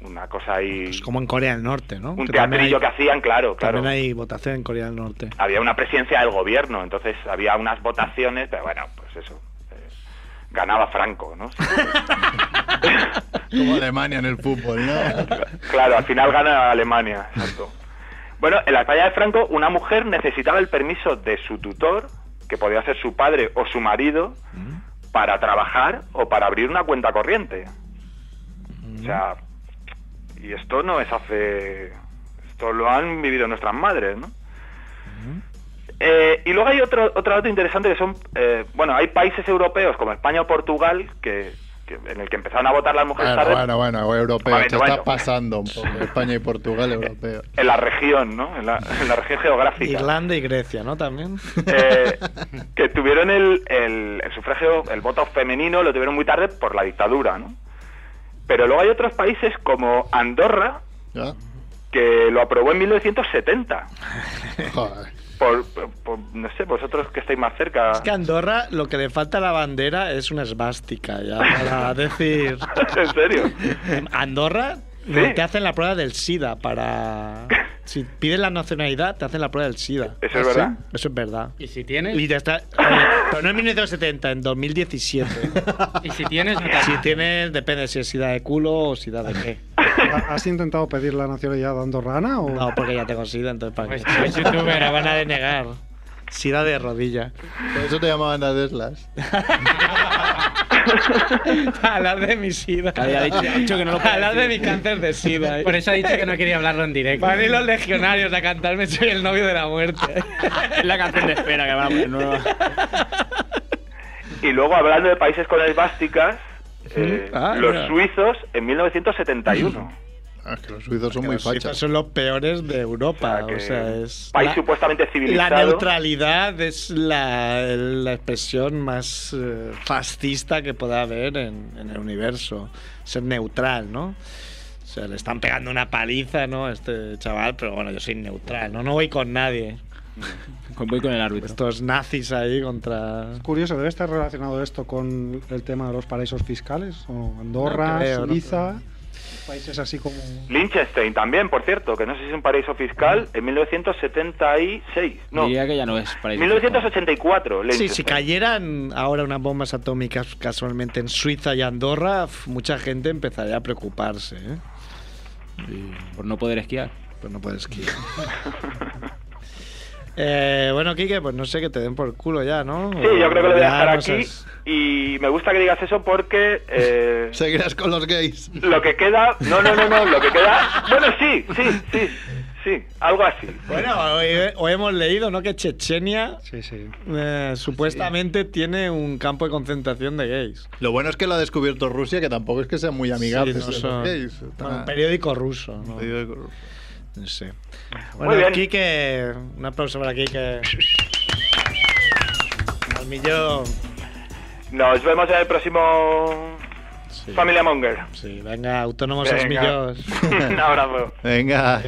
una cosa ahí...
Pues Como en Corea del Norte, ¿no?
un
Que también
teatrillo
hay-
que hacían, claro, claro.
También hay votación en Corea del Norte.
había una presidencia del gobierno, entonces había unas votaciones, pero bueno, pues eso. eh, ganaba Franco, ¿no?
Como Alemania en el fútbol, ¿no?
Claro, al final gana Alemania, exacto. Bueno, en la España de Franco, una mujer necesitaba el permiso de su tutor, que podía ser su padre o su marido, para trabajar o para abrir una cuenta corriente. O sea, y esto no es hace. Esto lo han vivido nuestras madres, ¿no? Eh, y luego hay otro, otro dato interesante que son, eh, bueno, hay países europeos como España o Portugal que, que- en el que empezaron a votar las mujeres
Bueno,
tarde
Ah, bueno, bueno, europeo.
Momento,
se está
momento.
pasando un poco. España y Portugal, europeo.
en la región, ¿no? En la, en la región geográfica.
Irlanda y Grecia, ¿no? También.
Eh, que tuvieron el, el- el sufragio, el voto femenino, lo tuvieron muy tarde por la dictadura, ¿no? Pero luego hay otros países como Andorra,
¿Ya?
que lo aprobó en 1970.
Joder.
Por, por- por- no sé, vosotros que estáis más cerca.
Es que a Andorra lo que le falta a la bandera es una esvástica, ya, para decir...
¿En serio?
Andorra no te hacen la prueba del SIDA para... Si pides la nacionalidad, te hacen la prueba del SIDA.
¿Eso es verdad?
Eso es verdad.
¿Y si tienes?
Y te está- Oye, pero no en 1970, en 2017.
¿Y si tienes? No te
Si tienes, depende si es SIDA de culo o SIDA de qué.
¿Has intentado pedir la nacionalidad andorrana o...?
No, porque ya tengo SIDA, entonces para qué.
Pues soy youtuber.
la van a denegar. SIDA de rodilla.
Por eso te llamaban a Deslas.
Para hablar de mi SIDA.
Había dicho- ha dicho que no lo
Para
puede
hablar de mi
decir.
cáncer de SIDA. ¿eh?
Por eso ha dicho que no quería hablarlo en directo.
Van a ir los legionarios a cantarme Soy el novio de la muerte.
Es la canción de espera que van a poner nueva.
Y luego hablando de países con esvásticas, eh,
Ah,
los
mira.
suizos en 1971.
Ah, es que los suizos son muy
Los suizos
fachas.
son los peores de Europa. O sea, es.
País
la-
supuestamente
La
civilizado.
neutralidad es la, la expresión más eh, fascista que pueda haber en, en el universo. Ser neutral, ¿no? O sea, le están pegando una paliza, ¿no? A este chaval, pero bueno, yo soy neutral, ¿no? No voy con nadie.
Voy con el árbitro.
Estos nazis ahí contra...
Curioso, ¿debe estar relacionado esto con el tema de los paraísos fiscales? ¿O
No
Andorra,
creo, no
Suiza, países así como...
Liechtenstein también, por cierto, que no sé si es un paraíso fiscal,
Mm.
en 1976. No,
Diría que ya no es para
1984.
Sí,
Liechtenstein.
si cayeran ahora unas bombas atómicas casualmente en Suiza y Andorra, f- mucha gente empezaría a preocuparse, ¿eh?
Por no poder esquiar.
Pues no puedes esquiar. Eh, bueno, Quique, pues no sé, que te den por culo ya, ¿no?
Sí, yo creo que lo voy a
Ya
dejar
no
aquí.
seas-
Y me gusta que digas eso porque. eh,
Seguirás con los gays.
lo que queda. No, no, no, no. Lo que queda. Bueno, sí, sí, sí. Sí, algo así.
Bueno, hoy, hoy hemos leído, ¿no? Que Chechenia
Sí, sí.
eh, supuestamente tiene un campo de concentración de gays.
Lo bueno es que lo ha descubierto Rusia, que tampoco es que sea muy amigable.
Sí, no son- Bueno, un periódico ruso, ¿no? No sé. Bueno,
bien.
Quique, un aplauso para Quique. Palmillo.
Nos vemos en el próximo.
Familia Monger.
Sí, venga, autónomos
Venga.
es millón.
Un abrazo.
Venga.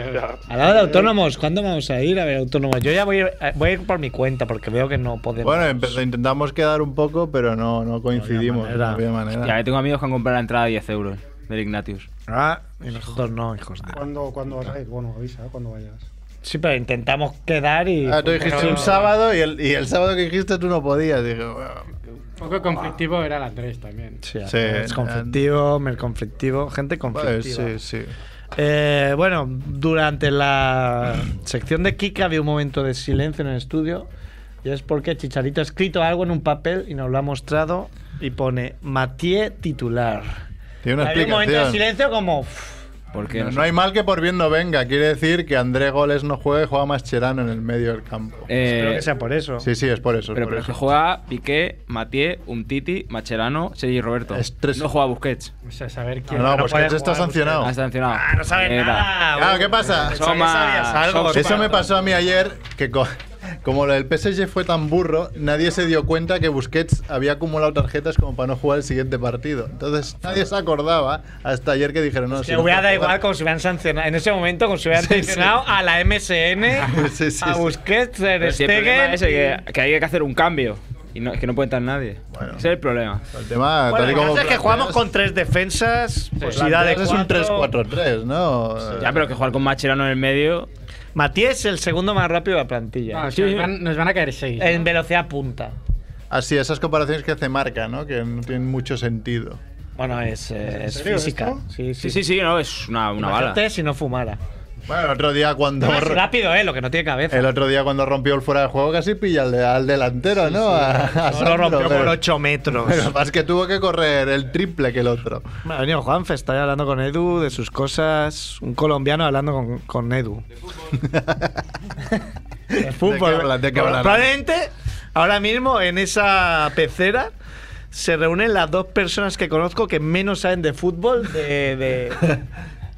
Hablando de autónomos, ¿cuándo vamos a ir a ver autónomos? Yo ya voy, a- voy a ir por mi cuenta porque veo que no podemos.
Bueno, empe- lo intentamos quedar un poco, pero no, no coincidimos. No había manera.
Ya, yo tengo amigos que han comprado la entrada a 10 euros del Ignatius.
Ah, y nosotros no, hijos de.
¿Cuándo, cuándo vas a ir? Bueno, avisa ¿eh? cuando vayas.
Sí, pero intentamos quedar y. pues,
Ah, tú dijiste un sábado y el, y el sábado que dijiste tú no podías. Dije, bueno,
Un poco conflictivo era el Andrés también.
Sí,
Sí,
es conflictivo, mer conflictivo, gente conflictiva.
Vale, Pues, sí, sí.
Eh, bueno, durante la sección de Kika había un momento de silencio en el estudio y es porque Chicharito ha escrito algo en un papel y nos lo ha mostrado y pone Matié titular.
Tiene una
Había un momento de
explicación.
silencio como... "Uf,
no, no hay mal que por bien no venga. Quiere decir que André Goles no juega y juega Mascherano en el medio del campo.
Espero que sea
por eso.
Eh, Sí, sí, es por eso. es
Eh, Pero,
por
pero es
eso.
que juega Piqué, Matié, Umtiti, Macherano, Sergi Roberto. No juega Busquets.
O sea, saber quién.
No, no,
pues
Busquets
está sancionado.
Ah, está sancionado. Ah, no
sabe
nada. Claro, ¿qué pasa? Eso me pasó a mí ayer, que co- como lo del PSG fue tan burro, nadie se dio cuenta que Busquets había acumulado tarjetas como para no jugar el siguiente partido. Entonces nadie se acordaba hasta ayer que dijeron, no, si
Que
no
hubiera
puedo
dado
jugar".
igual como si hubieran sancionado. En ese momento, como si hubieran sancionado a la MSN, a Busquets, Ter
Pero si el problema
Stegen.
es ese, que, que hay que hacer un cambio. Y no, es que no puede entrar nadie. Ese es el problema.
El tema,
Bueno, lo que pasa es que jugamos con tres defensas. Pues si da de cuatro.
3-4-3, ¿no?
Ya, pero que jugar con Macherano en el medio.
Matías es el segundo más rápido de la plantilla.
Ah, nos, van, nos van a caer seis.
En velocidad punta.
Así, esas comparaciones que hace Marca, ¿no? Que no tienen mucho sentido.
Bueno, es,
es física.
Sí,
sí, sí, no, es una, una bala.
Imagínate si no fumara.
Bueno, el otro día cuando...
Es rápido, eh, lo que no tiene cabeza.
El otro día cuando rompió el fuera de juego casi pilla al, de- al delantero, ¿no? A- a
Solo
Sandro,
rompió por
pero-
ocho metros.
Pero más que tuvo que correr el triple que el otro.
Me ha venido Juanfe, está hablando con Edu de sus cosas. Un colombiano hablando con, con Edu. De
¿De qué hablan? ¿De qué hablan?
Probablemente ahora mismo en esa pecera se reúnen las dos personas que conozco que menos saben de fútbol de, de,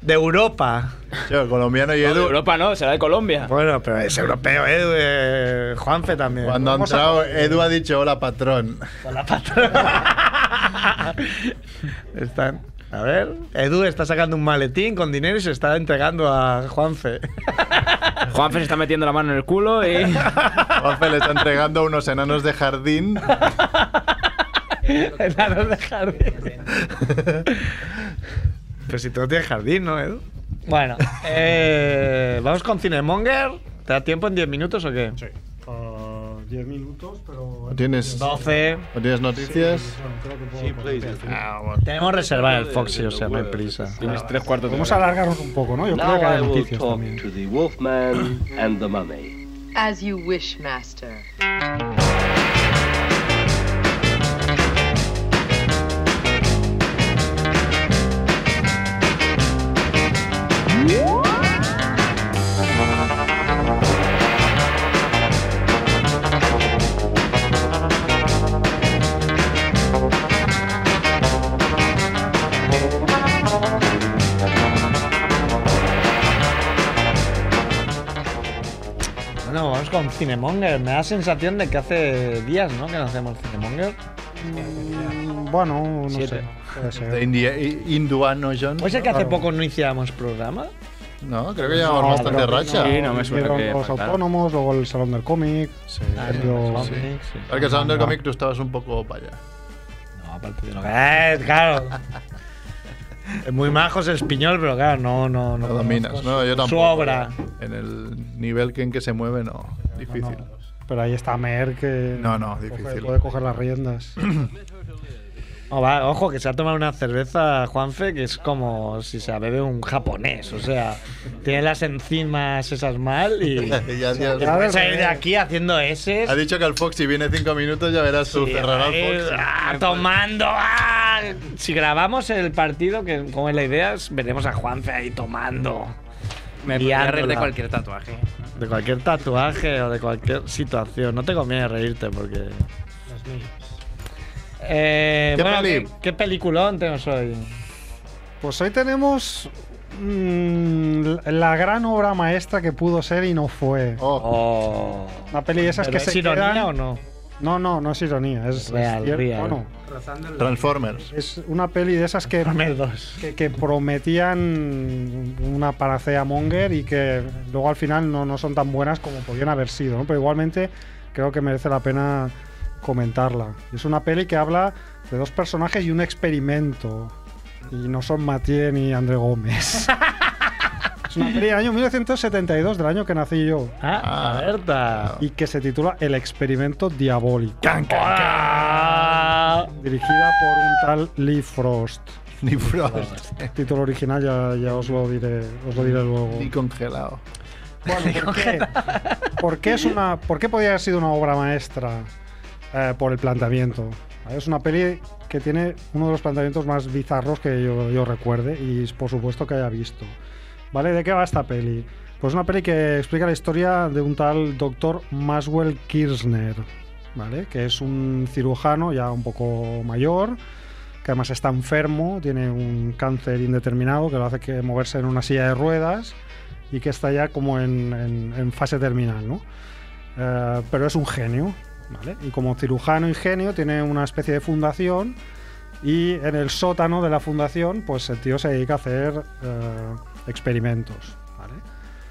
de Europa.
Yo, colombiano y
No, de Europa no, será de Colombia.
Bueno, pero es europeo, Edu. eh, Juanfe también.
Cuando ha
Vamos a-
entrado, Edu ha dicho hola patrón.
Están. A ver. Edu está sacando un maletín con dinero y se está entregando a Juanfe.
Juanfe se está metiendo la mano en el culo y.
Juanfe le está entregando unos enanos de jardín.
Enanos de jardín. Pero si tú no tienes jardín, ¿no, Edu? Bueno, eh, vamos con Cinemonger. ¿Te da tiempo en 10 minutos o qué? Sí.
Ah, 10 minutos, pero.
¿Tienes,
12.
¿No tienes noticias?
Tenemos reservar el Foxy, o sea, no hay prisa.
Tienes tres cuartos
Vamos a alargarnos un poco, ¿no? Yo creo
Now
que hay
I will
noticias
talk
también.
to the Wolfman and the Mummy.
As you wish, master.
Bueno, vamos con Cinemonger. Me da sensación de que hace días, ¿no? Que no hacemos Cinemonger.
Bueno, no
Siete.
sé. Puede ser.
De India- i- Hinduano John.
¿Puede ser que hace poco no hiciéramos programa?
No, creo que llevamos
No,
bastante
pero-
racha.
Llegaron los autónomos, luego el salón del cómic.
Sí,
yo-
sí. Porque el salón del cómic tú estabas un poco para allá.
No, aparte de lo que. Eh, claro. Es Muy majos es Piñol, pero claro, no, no, no.
No dominas,
conozco
no,
su-
yo tampoco.
Su obra.
En el nivel que en que se mueve, no. Difícil.
Pero ahí está Mer que.
No, no,
coge-
difícil.
Puede coger las riendas.
No, va, ojo, que se ha tomado una cerveza Juanfe que es como si se la bebe un japonés. O sea, tiene las enzimas esas mal y.
Ya, ya,
y
ya.
puede salir de aquí haciendo S.
Ha dicho que al Fox, si viene cinco minutos, ya verás su cerrará al Fox.
ah, pues. tomando. ah. Si grabamos el partido, que como es la idea, es- veremos a Juanfe ahí tomando.
Me podría reír de
Liándola.
cualquier tatuaje.
De cualquier tatuaje o de cualquier situación. No te conviene reírte porque. Eh,
¿Qué
bueno,
peli?
¿qué, qué peliculón tenemos hoy?
Pues hoy tenemos mm, la gran obra maestra que pudo ser y no fue.
Oh.
Una peli de esas que
¿Pero
se
es ironía
quedan-
o no?
No, no, no es ironía, es,
Real,
es cier-
real.
bueno,
Transformers.
es una peli de esas que, que, que prometían una panacea monger y que luego al final no, no son tan buenas como podían haber sido, ¿no? pero igualmente creo que merece la pena comentarla. Es una peli que habla de dos personajes y un experimento. Y no son Mathieu ni André Gómez. es una peli del año 1972, del año que nací yo.
Ah, Berta.
Y que se titula El experimento diabólico.
Ah,
Dirigida por un tal Lee Frost.
Lee Frost.
El título original ya, ya os, lo diré, os lo diré luego.
Ni congelado.
Bueno, ¿por qué? ¿Por qué es una, ¿Por qué podría haber sido una obra maestra eh, por el planteamiento? ¿Vale? Es una peli que tiene uno de los planteamientos más bizarros que yo, yo recuerde y por supuesto que haya visto. ¿Vale? ¿De qué va esta peli? Pues una peli que explica la historia de un tal doctor Maswell Kirchner, ¿vale? Que es un cirujano ya un poco mayor, que además está enfermo, tiene un cáncer indeterminado que lo hace que moverse en una silla de ruedas y que está ya como en, en- en fase terminal, ¿no? Eh, pero es un genio, ¿vale? Y como cirujano y genio tiene una especie de fundación y en el sótano de la fundación, pues el tío se dedica a hacer eh, experimentos, ¿vale?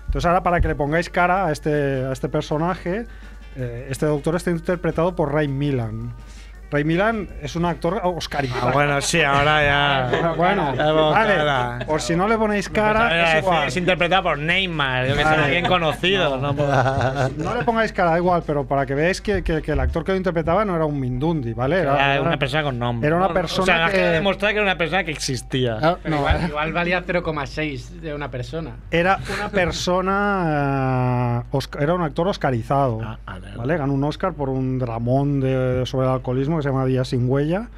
Entonces ahora para que le pongáis cara a este, a este personaje, eh, este doctor está interpretado por Ray Milan. Ray Milan es un actor oscarizado.
bueno, sí, ahora ya.
Ah, Bueno,
Ya vamos,
vale.
cara.
Por si no le ponéis cara, es igual.
eh, Es interpretado por Neymar, yo que sé,
Vale.
alguien conocido. No, puedo-
No le pongáis cara, da igual, pero para que veáis que, que- que el actor que lo interpretaba no era un Mindundi, ¿vale?
Era una persona con nombre.
Era una
No, no,
persona
O sea,
que- Ah,
que demostrar que era una persona que existía.
Pero igual, igual valía 0,6 de una persona.
Era una persona. eh, osca- era un actor oscarizado. ¿vale? Ganó un Oscar por un dramón de- sobre el alcoholismo que se llama Días sin huella.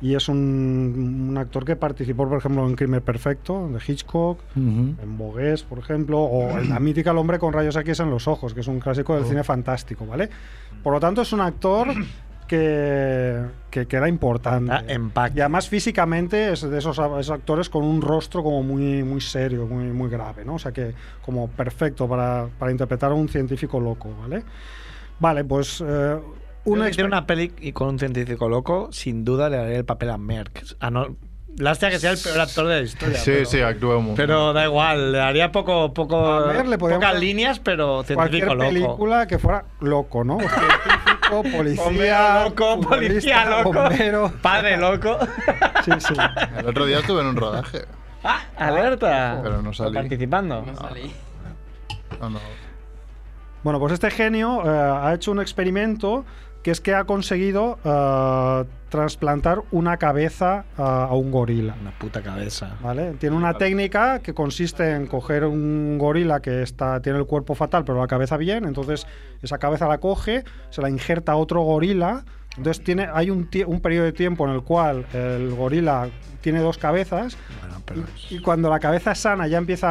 Y es un, un actor que participó, por ejemplo, en Crimen Perfecto, de Hitchcock, en Bogués, por ejemplo, o en la mítica El hombre con rayos X en los ojos, que es un clásico del cine fantástico, ¿vale? Por lo tanto, es un actor que, que, que era importante.
Ah,
Ah,
Y además físicamente es de esos, esos actores con un rostro como muy, muy serio, muy, muy grave, ¿no? O sea que como perfecto para, para interpretar a un científico loco, ¿vale? Vale, pues... eh,
Una
una
que tiene una peli y con un científico loco, sin duda le daré el papel a Merck. A no, lástima que sea el peor actor de la historia.
Sí,
pero,
sí, actúa muy
Pero da igual, le daría poco, poco,
Merck le podíamos
pocas
dar
líneas, pero
cualquier
científico loco.
película que fuera loco, ¿no? Científico, policía,
Bombero loco, policía
futbolista,
loco,
bombero.
padre loco.
Sí, sí.
El otro día estuve en un rodaje,
Ah,
Alerta.
pero no salí.
Participando.
No, no.
Bueno, pues este genio eh, ha hecho un experimento que es que ha conseguido eh, trasplantar una cabeza a- a un gorila.
Una puta cabeza.
¿Vale? Tiene una técnica que consiste en coger un gorila que está, tiene el cuerpo fatal pero la cabeza bien, entonces esa cabeza la coge, se la injerta a otro gorila, entonces tiene, hay un, tie- un periodo de tiempo en el cual el gorila tiene dos cabezas y, y cuando la cabeza es sana ya empieza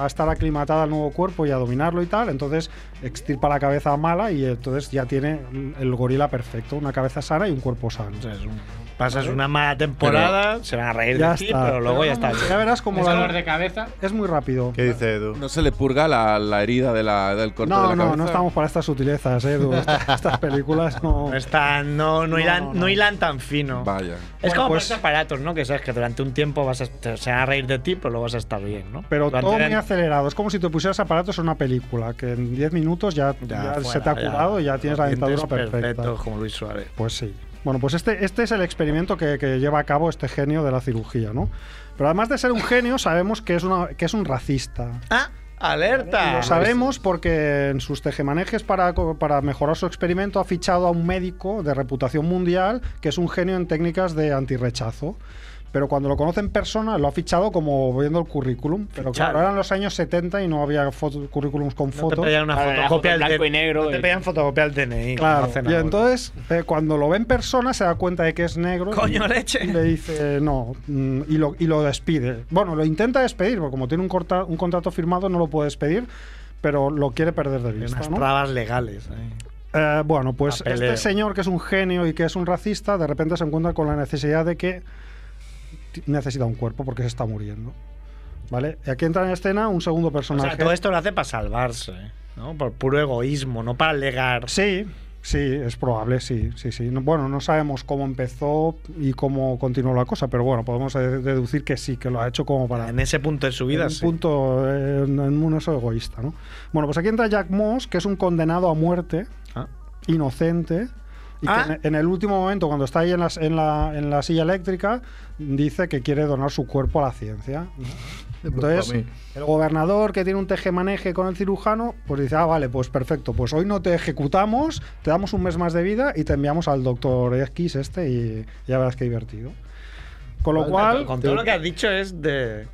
a, a estar aclimatada al nuevo cuerpo y a dominarlo y tal, entonces extirpa la cabeza mala y entonces ya tiene el- el gorila perfecto, una cabeza sana y un cuerpo sano.
Pasas una mala temporada, se van a reír de ti, pero luego ya está.
Ya verás como
Un dolor de cabeza.
es muy rápido.
¿Qué dice Edu?
No se le purga la, la herida de la- del corte de
No,
la
no,
cabeza.
no estamos para estas sutilezas, ¿eh, Edu. Estas, estas películas no.
No, están, no, no, hilan,
no,
no,
no.
hilan tan fino.
Vaya.
Es
Bueno,
como
pues-
pues, aparatos, ¿no? Que sabes que durante un tiempo vas a, te- se van a reír de ti, pero luego vas a estar bien, ¿no?
Pero
Durante
todo
el-
muy acelerado. Es como si te pusieras aparatos en una película, que en 10 minutos ya, ya
fuera,
se te ha
ya.
curado y ya tienes la
Los dientes
dentadura perfecta.
perfectos, como Luis Suárez.
Pues sí. Bueno, pues este, este es el experimento que, que lleva a cabo este genio de la cirugía, ¿no? Pero además de ser un genio, sabemos que es, una, que es un racista.
¡Ah! ¡Alerta!
Lo sabemos porque en sus tejemanejes para, co- para mejorar su experimento ha fichado a un médico de reputación mundial que es un genio en técnicas de antirrechazo. Pero cuando lo conoce en persona lo ha fichado como viendo el currículum. Pero
Fichado.
claro, eran los años 70 y no había foto- currículums con
No te
fotos.
pedían una
Claro, era
fotocopia
foto en
del
blanco
DNI.
y negro
No te
y-
pedían fotocopia del DNI.
Claro,
como hacen
y
ahora.
entonces eh, cuando lo ve en persona se da cuenta de que es negro. y-
Coño, leche.
Y le dice no. mm, Y lo, y lo despide. Bueno, lo intenta despedir, porque como tiene un, corta- un contrato firmado no lo puede despedir, pero lo quiere perder de
Hay
vista.
unas
¿no?
trabas legales. ahí.
Eh, bueno, pues
Papeleo.
este señor que es un genio y que es un racista, de repente se encuentra con la necesidad de que t- necesita un cuerpo porque se está muriendo. ¿Vale? Y aquí entra en escena un segundo
O
personaje.
sea, todo esto lo hace para salvarse, ¿no? Por puro egoísmo, no para alegar.
Sí, Sí, es probable, sí, sí, sí. No- Bueno, no sabemos cómo empezó y cómo continuó la cosa, pero bueno, podemos eh, deducir que sí, que lo ha hecho como para...
En ese punto de su vida,
en un
sí.
punto, eh, en, en un eso egoísta, ¿no? Bueno, pues aquí entra Jack Moss, que es un condenado a muerte,
Ah.
inocente, y que en, en el último momento, cuando está ahí en, las- en la, en la silla eléctrica, dice que quiere donar su cuerpo a la ciencia. ¿no? Entonces,
pa' Pues mí.
el gobernador que tiene un tejemaneje con el cirujano, pues dice, ah, vale, pues perfecto, pues hoy no te ejecutamos, te damos un mes más de vida y te enviamos al doctor X este y ya verás qué divertido. Con lo cual...
Con
te-
todo lo que has dicho es de.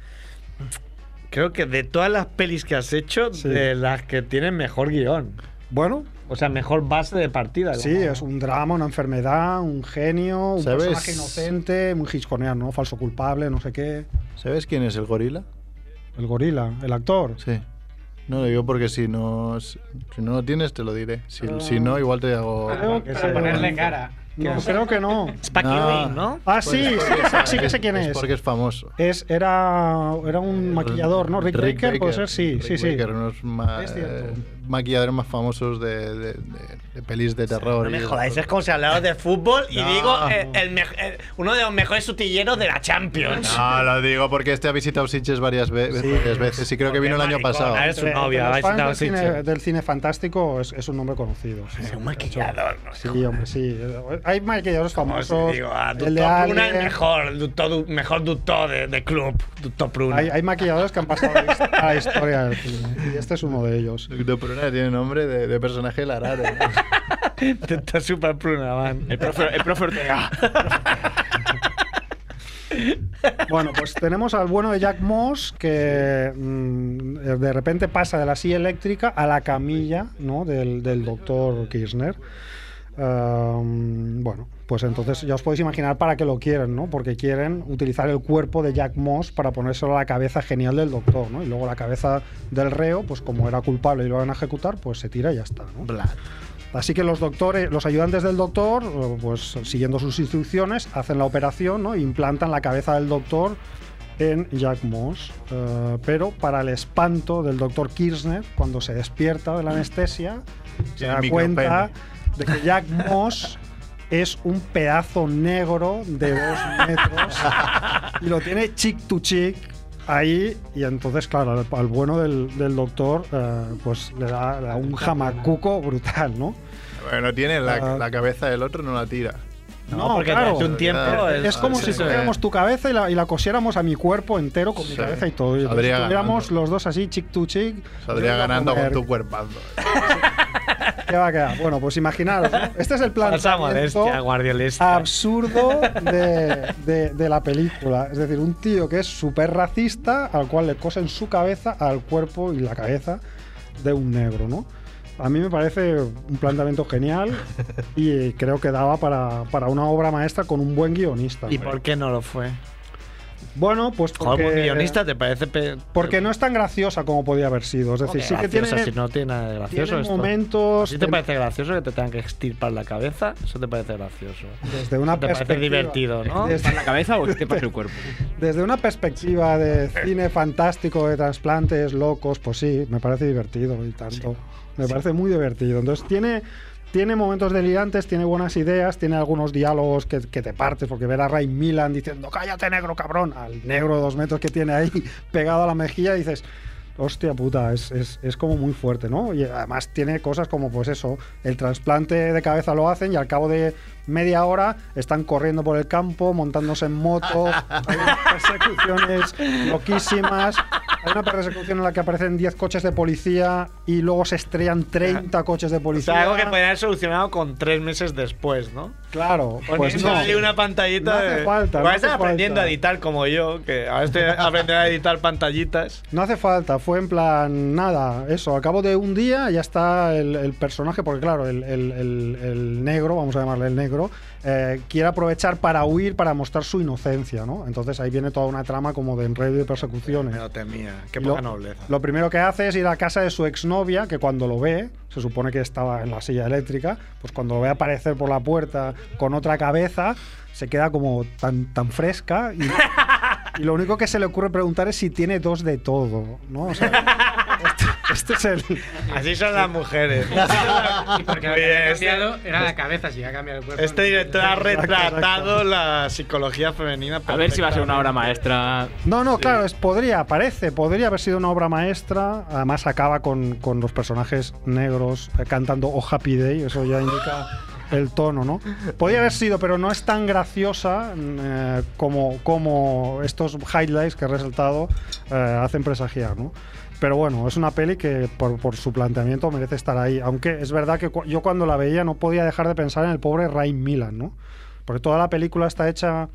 Creo que de todas las pelis que has hecho, de las que tienen mejor guión.
Bueno.
O sea, mejor base de partida.
Sí, es un drama, una enfermedad, un genio, un
¿Sabes?
personaje inocente, muy hitchconeano, ¿no? Falso culpable, no sé qué.
¿Sabes quién es el gorila?
El gorila, el actor.
Sí. No lo digo porque si no, si no lo tienes te lo diré. Si,
Ah.
si no, igual te hago...
Creo que
Para ponerle cara.
No, creo que no. Es
Pac No. Ewing, ¿no?
Ah, sí,
Pues-
sí, sí, sí que sé quién
Es
es.
porque es famoso.
Es, era, era un maquillador, ¿no? Rick, Baker, puede ser, sí,
Rick
sí, sí.
Baker, uno de los ma-
Es cierto.
maquilladores más famosos de, de- de- de pelis de terror.
No
y
me
de-
jodáis, es como si hablamos de fútbol y
No.
digo eh, el mej- eh, uno de los mejores sutilleros de la Champions.
No, lo digo porque este ha visitado Sitges varias, ve- varias veces y creo que vino el año pasado.
es su
Entre-
novia,
entre Eh, los
vais a
fans
dar
del
sitio.
cine, del cine fantástico es, es un nombre conocido. sí, sí,
un
de hecho.
maquillador, ¿no?
Sí, hombre, sí. Hay maquilladores famosos.
Digo, ah,
el de
Duto Pruna es
Alien.
mejor, Duto, du- mejor Duto de, de club, Duto Pruna.
Hay, hay maquilladores que han pasado a la hist- a la historia del cine. Y este es uno de ellos.
De Pruna tiene nombre de, de personaje larado.
Está súper pruna, man.
El profe, el profe Ortega.
Bueno, pues tenemos al bueno de Jack Moss que mm, de repente pasa de la silla eléctrica a la camilla ¿no? del, del doctor Kirchner. Ehm, bueno, pues entonces ya os podéis imaginar para qué lo quieren, ¿no? Porque quieren utilizar el cuerpo de Jack Moss para ponérselo a la cabeza genial del doctor, ¿no? Y luego la cabeza del reo, pues como era culpable y lo van a ejecutar, pues se tira y ya está, ¿no? Así que los doctores, los ayudantes del doctor, eh, pues siguiendo sus instrucciones, hacen la operación, ¿no? Implantan la cabeza del doctor en Jack Moss. Eh, pero para el espanto del doctor Kirchner, cuando se despierta de la anestesia, se
Tiene
da
micropene.
cuenta de que Jack Moss es un pedazo negro de dos metros y lo tiene chick to chick ahí y entonces claro al, al bueno del, del doctor eh, pues le da, le da un jamacuco brutal no
bueno, tiene la,
Ah.
la cabeza del otro, no la tira.
No, porque claro. hace un
tiempo
es,
Ah,
como si cogiéramos tu cabeza y la, y la cosiéramos a mi cuerpo entero con mi
Sí.
cabeza y todo y si
Saldría
estuviéramos los dos así chick to chick
Saldría
yo iba a
ganando con
comer.
tu cuerpazo.
¿Qué va a quedar? Bueno, pues imaginaros, ¿no? Este es el plan
Este.
absurdo de, de- de la película. Es decir, un tío que es súper racista, al cual le cosen su cabeza al cuerpo y la cabeza de un negro, ¿no? A mí me parece un planteamiento genial y creo que daba para, para una obra maestra con un buen guionista.
¿Y por qué no lo fue?
Bueno, pues
Joder, buen
porque-
guionista te parece. pe-
Porque no es tan graciosa como podía haber sido. Es decir, sí que tiene,
graciosa, si no tiene nada de gracioso
tiene
esto.
momentos
¿Sí te
de-
parece gracioso que te tengan que extirpar la cabeza? Eso te parece gracioso.
Desde una
Eso te parece
perspectiva-
divertido, ¿no?
Desde-
la cabeza o te pasa el cuerpo?
Desde una perspectiva de cine fantástico, de trasplantes locos, pues sí, me parece divertido y tanto. Me parece muy divertido. Entonces tiene, tiene momentos delirantes, tiene buenas ideas, tiene algunos diálogos que, que te partes, porque ver a Ray Milan diciendo, cállate negro cabrón, al negro de dos metros que tiene ahí pegado a la mejilla, dices... Hostia puta, es, es- es como muy fuerte, ¿no? Y además tiene cosas como, pues eso, el trasplante de cabeza lo hacen y al cabo de media hora están corriendo por el campo, montándose en moto, hay unas persecuciones loquísimas. Hay una persecución en la que aparecen 10 coches de policía y luego se estrellan 30 coches de
O sea,
policía.
algo que podrían haber solucionado con tres meses después, ¿no?
Claro, pues no.
Poniéndole una pantallita.
No hace
de-
falta, no
Igual
hace
estás aprendiendo
falta.
a editar como yo, que ahora estoy aprendiendo a editar pantallitas.
No hace falta, fue en plan nada, eso, al cabo de un día ya está el, el personaje, porque claro, el, el- el- el negro, vamos a llamarle el negro, eh, quiere aprovechar para huir, para mostrar su inocencia, ¿no? Entonces ahí viene toda una trama como de enredo y de persecuciones.
Me lo temía. Qué
Y
poca
lo-
nobleza.
Lo primero que hace es ir a casa de su exnovia, que cuando lo ve, se supone que estaba en la silla eléctrica, pues cuando lo ve aparecer por la puerta con otra cabeza, se queda como tan, tan fresca y, y lo único que se le ocurre preguntar es si tiene dos de todo, ¿no? O sea, esto- Este es el.
Así son las mujeres.
Y porque lo que había cambiado era la cabeza, si ya cambia el cuerpo.
Este
no.
director ha retratado la psicología femenina.
A ver si va a ser una obra maestra.
No, no, claro, es, podría, parece, podría haber sido una obra maestra. Además, acaba con, con los personajes negros eh, cantando Oh Happy Day, eso ya indica el tono, ¿no? Podría haber sido, pero no es tan graciosa eh, como, como estos highlights que he resaltado eh, hacen presagiar, ¿no? Pero bueno, es una peli que por, por su planteamiento merece estar ahí. Aunque es verdad que cu- yo cuando la veía no podía dejar de pensar en el pobre Ray Milan, ¿no? Porque toda la película está hecha.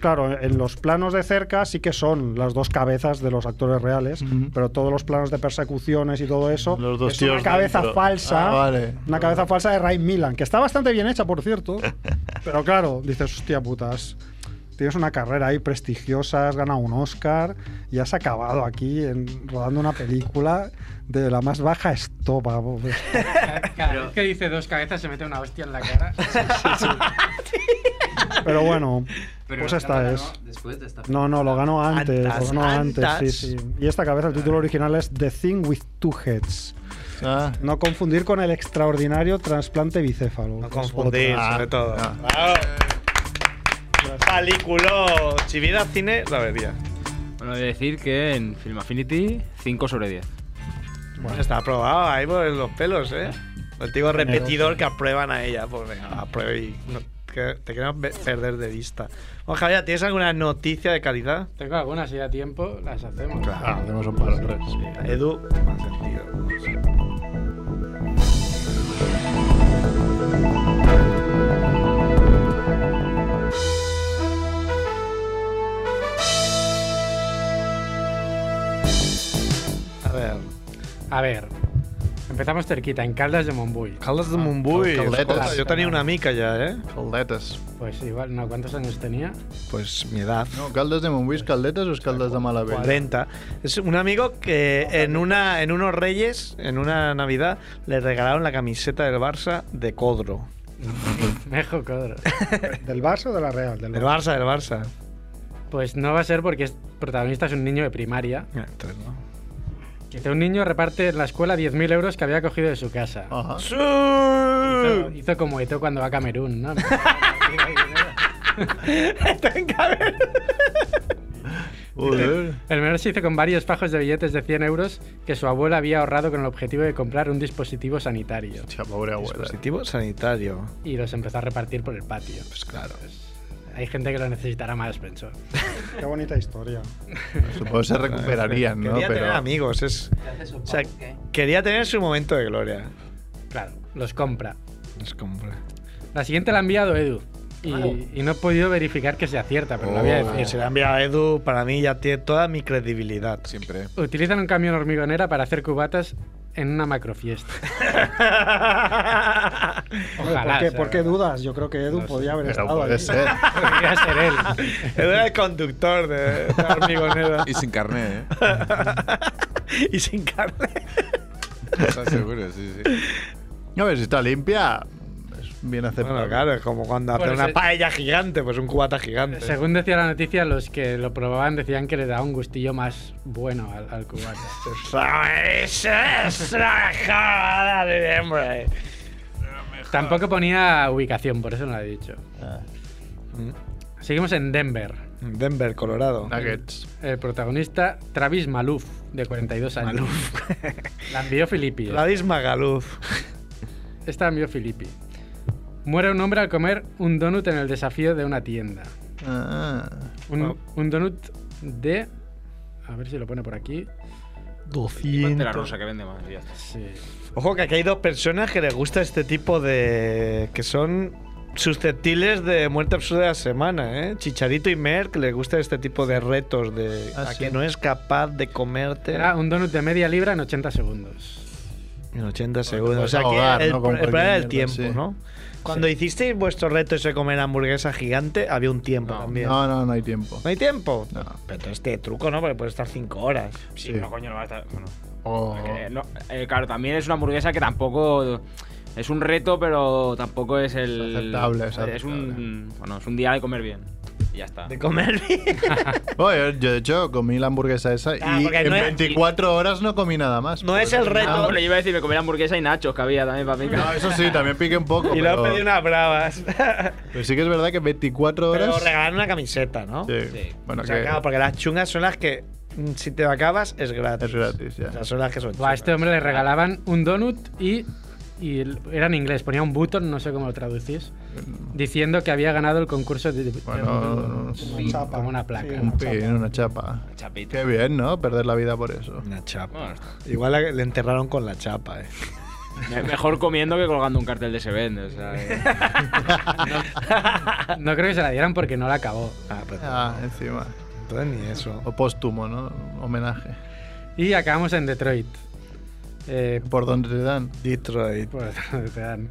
Claro, en los planos de cerca sí que son las dos cabezas de los actores reales, pero todos los planos de persecuciones y todo eso
Los dos
es una
tíos
cabeza
dentro.
falsa,
Ah, vale.
una cabeza falsa de Ray Milan, que está bastante bien hecha, por cierto. pero claro, dices, hostia putas, tienes una carrera ahí prestigiosa, has ganado un Oscar y has acabado aquí en- rodando una película de la más baja estopa. pues". pobre.
Cada vez que dice dos cabezas se mete una hostia en la cara.
Pero bueno,
Pero
pues
la
esta
cámara
es.
no, después de esta
no, no, lo ganó antes.
Antas,
lo ganó antes,
antas.
sí, sí. Y esta cabeza, el título original es The Thing with Two Heads.
Ah,
No confundir con el extraordinario trasplante bicéfalo. No
Confundir,
Ah.
sobre todo. Bravo. Peliculón. Si viera cine, la vería.
Bueno, he de decir que en Film Affinity, 5 sobre 10.
Bueno, está aprobado ahí por los pelos, ¿eh? Contigo repetidor que aprueban a ella. Pues venga, apruebe y no- que- te queremos ve- perder de vista. Oye, Javier, ¿tienes alguna noticia de calidad?
Tengo algunas, si da tiempo, las hacemos.
Ah, tenemos un par tres. Edu, más sentido. A ver.
A ver. Empezamos cerquita, en Caldas de Montbui.
Caldas Ah, de
Montbui,
Montbui.
Caldetas.
Yo tenía una mica ya, ¿eh?
Caldetas.
Pues igual, no, ¿cuántos años tenía?
Pues mi edad.
No, caldas de Montbuis, caldetas o es caldas de Malabé.
40. Es un amigo que en, una, en unos Reyes, en una Navidad, le regalaron la camiseta del Barça de Codro.
Mejo Codro.
Ah, ¿Del Barça o de la Real?
Del Barça, del Barça.
Pues no va a ser porque el protagonista es un niño de primaria.
Entonces, ¿no?
Dice, un niño reparte en la escuela 10.000 euros que había cogido de su casa.
Ah.
¡Sí!
Hizo, hizo como Eto cuando va a Camerún, ¿no?
Joder.
El menor se hizo con varios fajos de billetes de 100 euros que su abuela había ahorrado con el objetivo de comprar un dispositivo sanitario.
pobre abuela.
Dispositivo sanitario.
Y los empezó a repartir por el patio.
Pues claro.
hay gente que lo necesitará más, pensó.
Qué bonita historia.
Supongo se recuperarían, ¿no?
Quería tener
Pero-
amigos. Es, o sea, quería tener su momento de gloria.
Claro, los compra.
Los compra.
La siguiente la ha enviado Edu. Y, y no he podido verificar que sea cierta, pero la voy
Oh.
a
Se
decir.
la envía a Edu, para mí ya tiene toda mi credibilidad.
Siempre.
Utilizan un camión hormigonera para hacer cubatas en una macrofiesta.
Hombre,
Ojalá, sea
¿por, qué, por qué dudas? Yo creo que Edu podía haber
Pero
estado
puede
¿eh?
ahí.
ser.
Podría ser él.
Edu era el conductor de, de la hormigonera.
Y sin carné, ¿eh?
¿eh?
y sin carne.
Estás seguro, sí, sí.
A ver, si está limpia, es bien aceptable.
Bueno, claro, es como cuando hace
Bueno,
una
se-
paella gigante, pues un cubata gigante.
Según decía la noticia, los que lo probaban decían que le daba un gustillo más bueno al, al cubata.
Esa es la jugada de hombre.
Tampoco ponía ubicación, por eso no la he dicho. Seguimos en Denver.
Denver, Colorado.
Nuggets.
El protagonista, Travis Maluf, de 42 años. Maluf. La envió Filippi. eh.
La disma Galuz.
Esta la envió Filippi. Muere un hombre al comer un donut en el desafío de una tienda. Un,
Wow.
un donut de... A ver si lo pone por aquí.
De la rosa que vende más. y ya está.
Sí.
Ojo que aquí hay dos personas que les gusta este tipo de. que son susceptibles de muerte absurda de la semana, ¿eh? Chicharito y Merck les gusta este tipo de retos de
Ah,
a
sí.
que no es capaz de comerte
Era un donut de media libra en 80 segundos.
en 80 segundos. O
puedes
sea, que
ahogar,
el,
¿no?
pro-
Con
el problema era el
cualquier
tiempo,
mierda, sí.
¿no? Cuando hicisteis vuestro reto ese de comer hamburguesa gigante, había un tiempo también.
No, no, no hay tiempo.
¿No hay tiempo? No. Pero entonces este truco, ¿no? Porque puede estar 5 horas.
Sí, no, coño, no va a estar. Bueno.
Oh.
Porque, no, eh, claro, también es una hamburguesa que tampoco. Es un reto, pero tampoco es el.
Es aceptable, es
Es un, bueno, es un día de comer bien. Y ya está.
De comer bien.
Bueno, yo, de hecho, comí la hamburguesa esa
Ah,
y
porque
en
no es-
24 horas no comí nada más.
No es el
reto.
Ah.
Bueno, yo iba a decir, me comí la hamburguesa y nachos que había también para picar.
No, eso sí, también piqué un poco.
Y luego
pero-
pedí
unas bravas.
Pero sí que es verdad que 24 horas.
Pero regalaron una camiseta, ¿no?
Sí. Sí. Bueno,
O sea,
que-
claro, porque las chungas son las que, mm, si te acabas, es gratis. Es
gratis, ya.
O sea, son las que son
Buah, a
chungas.
este hombre le regalaban un donut y, y el- era en inglés, ponía un button, no sé cómo lo traducís, diciendo que había ganado el concurso de... de-
Bueno,
Sí, como una placa.
un pin, una chapa. Qué bien, ¿no? Perder la vida por eso.
Una chapa. Igual la- le enterraron con la chapa, eh.
Me- Mejor comiendo que colgando un cartel de se vende. O sea, eh. que-
No creo que se la dieran porque no la acabó.
Ah, encima.
Entonces ni eso.
O póstumo, ¿no? Homenaje.
Y acabamos en Detroit. Eh,
¿Por dónde te dan?
Detroit.
Por donde te dan.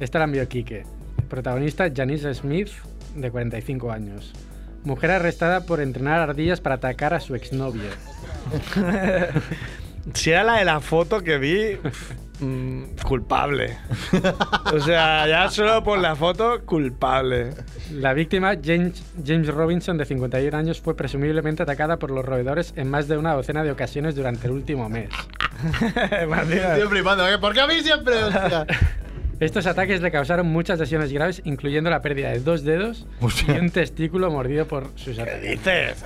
Esta la envió Quique. Protagonista Janice Smith, de 45 años. Mujer arrestada por entrenar ardillas para atacar a su exnovio.
Si era la de la foto que vi, mm, culpable. O sea, ya solo por la foto, culpable.
La víctima, James, James Robinson, de 51 años, fue presumiblemente atacada por los roedores en más de una docena de ocasiones durante el último mes.
Estoy flipando. ¿eh? ¿Por qué a mí siempre? Hostia.
Estos ataques le causaron muchas lesiones graves, incluyendo la pérdida de dos dedos y un testículo mordido por sus ataques.
dices?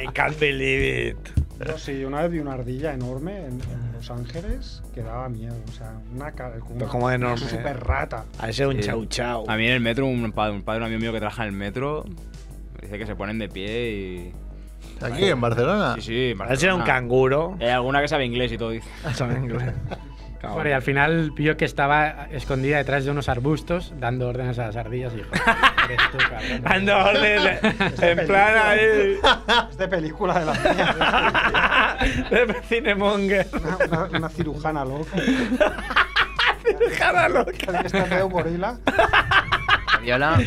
I can't believe it.
Yo sí, una vez vi una ardilla enorme en, en Los Ángeles que daba miedo. O sea, una cara. Una,
Pero cómo de enorme,
Súper
eh.
rata.
A ese un
Sí.
chau chau.
A mí en el metro, un padre, un padre, un amigo mío que trabaja en el metro, dice que se ponen de pie y.
¿Aquí, en Barcelona?
Sí, sí, en
ver si era un
Barcelona.
canguro.
Hay alguna que sabe inglés y todo, dice.
Sabe inglés.
Bueno, y al final vio que estaba escondida detrás de unos arbustos dando órdenes a las ardillas y dijo, "Eres tú, cabrón".
Dando órdenes. en plan ahí.
Es de película de la
De Cinemonger.
Una, una- una cirujana loca.
cirujana loca.
Este reo gorila.
Viola.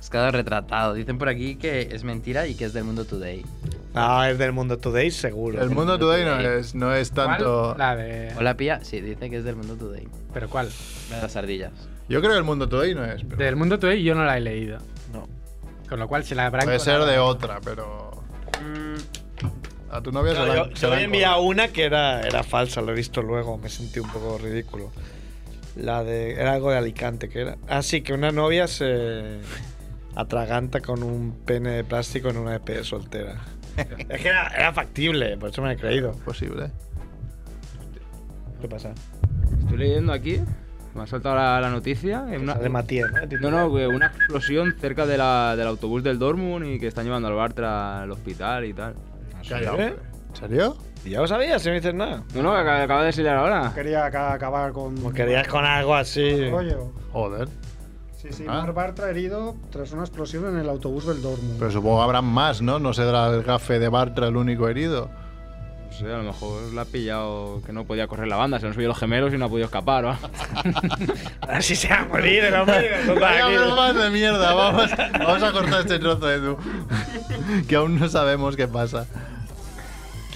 Es quedado pues, retratado. Dicen por aquí que es mentira y que es del mundo today.
No, es del mundo today, seguro.
El mundo today no es, no es tanto.
La de.
Hola, pía. Sí, dice que es del mundo today.
¿Pero cuál?
De las ardillas.
Yo creo que el mundo today no es.
Del mundo today yo no la he leído.
No.
Con lo cual se la habrán
Puede ser
colado.
de otra, pero. A tu novia se la
Yo,
se
yo
la
le
han
envié una que era, era falsa, lo he visto luego, me sentí un poco ridículo. La de. Era algo de Alicante, que era. Ah, sí, que una novia se atraganta con un pene de plástico en una EP de soltera. es que era, era factible, por eso me lo he creído.
Posible.
¿Qué pasa?
Estoy leyendo aquí. Me ha saltado la, la noticia. en Una,
De Matías, ¿no?
no, no, que una explosión cerca de la- del autobús del Dortmund y que están llevando al Bartra al hospital y tal.
¿Eh?
¿En serio?
Ya lo sabías, si no dices nada.
No, no, acaba acaba de enseñar ahora.
Quería acá acabar con.
Querías con algo así.
Rollo.
Joder.
Sí, sí,
Ah.
Mar Bartra herido tras una explosión en el autobús del Dortmund.
Pero supongo que habrán más, ¿no? No será el gafe de Bartra el único herido.
No sé, a lo mejor la ha pillado que no podía correr la banda, se han subido los gemelos y no ha podido escapar. ¿va?
Así se va a morir el hombre.
Vaya bromas de mierda, vamos, vamos a cortar este trozo, Edu. Que aún no sabemos qué pasa.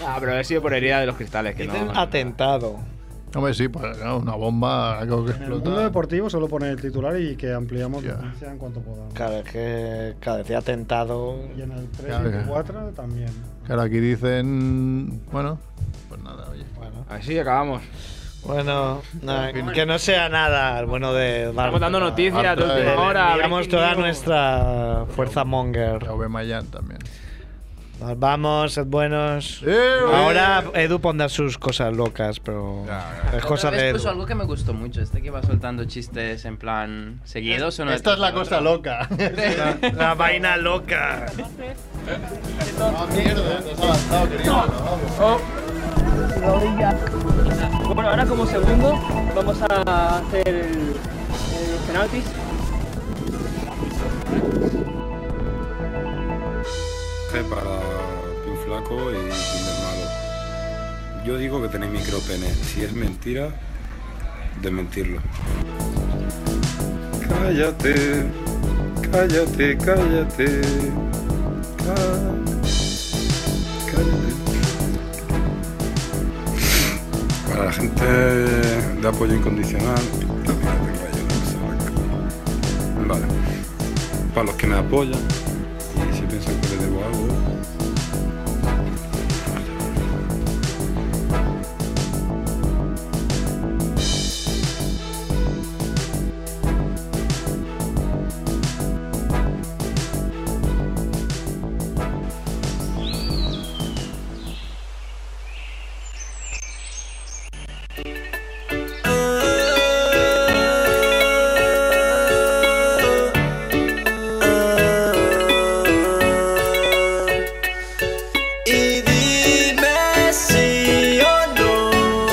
Ah, pero ha sido por herida de los cristales, que no.
Atentado.
Hombre, sí, pues claro, una bomba, algo que
En el
explota.
mundo deportivo solo pone el titular y que ampliamos la noticia en cuanto podamos.
Cada vez que. Cada vez que atentado.
Y en el 3
Claro
y
que-
el 4 también.
Claro, aquí dicen. Bueno, pues nada, oye.
Así acabamos.
Bueno, nada, que no sea nada el bueno de Bartra.
Estamos dando noticias de
Bartra,
última
eh,
hora,
Enviamos
breaking
toda
news.
nuestra fuerza monger.
Mayan también.
Nos vamos, sed buenos. Ahora Edu pondrá sus cosas locas, pero es cosa
Otra vez
de
puso
Edu.
algo que me gustó mucho, este que va soltando chistes en plan seguidos o no.
Esta es la cosa loca.
La,
vaina loca.
No, mierda, te has avanzado, querido.
la orilla. Bueno, ahora como segundo vamos a hacer el, el penaltis.
para Pin Flaco y Tinder Malo. Yo digo que tenéis micropene. Si es mentira, desmentirlo. Cállate, cállate, cállate. ca- Cállate. Para la gente de apoyo incondicional, la mierda que vaya a la Vale.
para los que me apoyan y si piensan que les debo algo.
Y dime sí o no,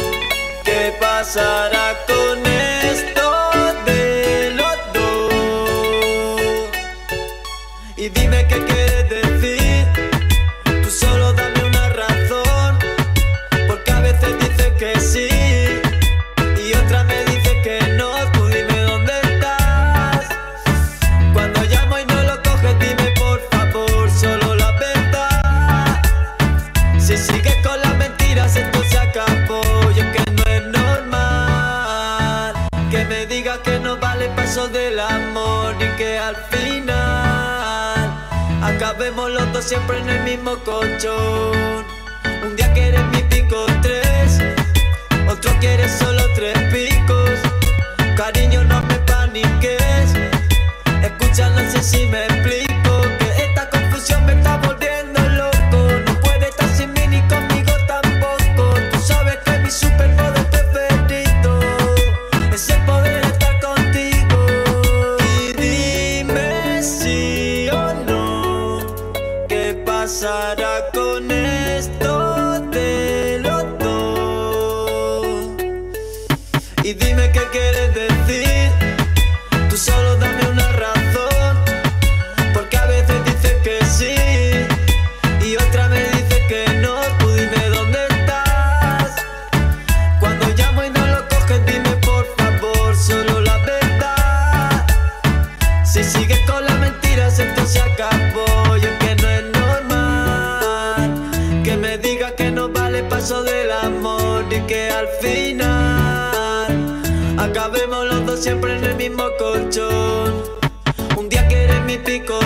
¿qué pasará con esto de los dos? Y dime qué quieres decir, tú solo dame una razón, porque a veces dices que sí y otras me dices que no, tú dime dónde estás. Cuando llamo y no lo coges, dime por favor, solo la verdad. Si sigues con las mentiras, esto se acabó. Y es que no es normal que me digas que no vale paso del amor y que al final acabemos los dos siempre en el mismo colchón. Un día quieres mi pico tres, otro quieres solo tres picos. Cariño, no me paniques. Escucha, no sé si me explico Que esta confusión me está volviendo loco No puede estar sin mí ni conmigo tampoco Tú sabes que mi superpoder preferido Es el poder estar contigo Y dime sí o no ¿Qué pasará con esto de los dos? Y dime qué quieres decir Tú solo dame una razón, porque a veces dices que sí y otra me dices que no. Tú dime dónde estás. Cuando llamo y no lo coges, dime por favor solo la verdad. Si sigues con las mentiras, esto se acabó. Y es que no es normal que me digas que no vale el paso del amor y que al final. Acabemos los dos siempre en el mismo colchón. Un día quieres mi pico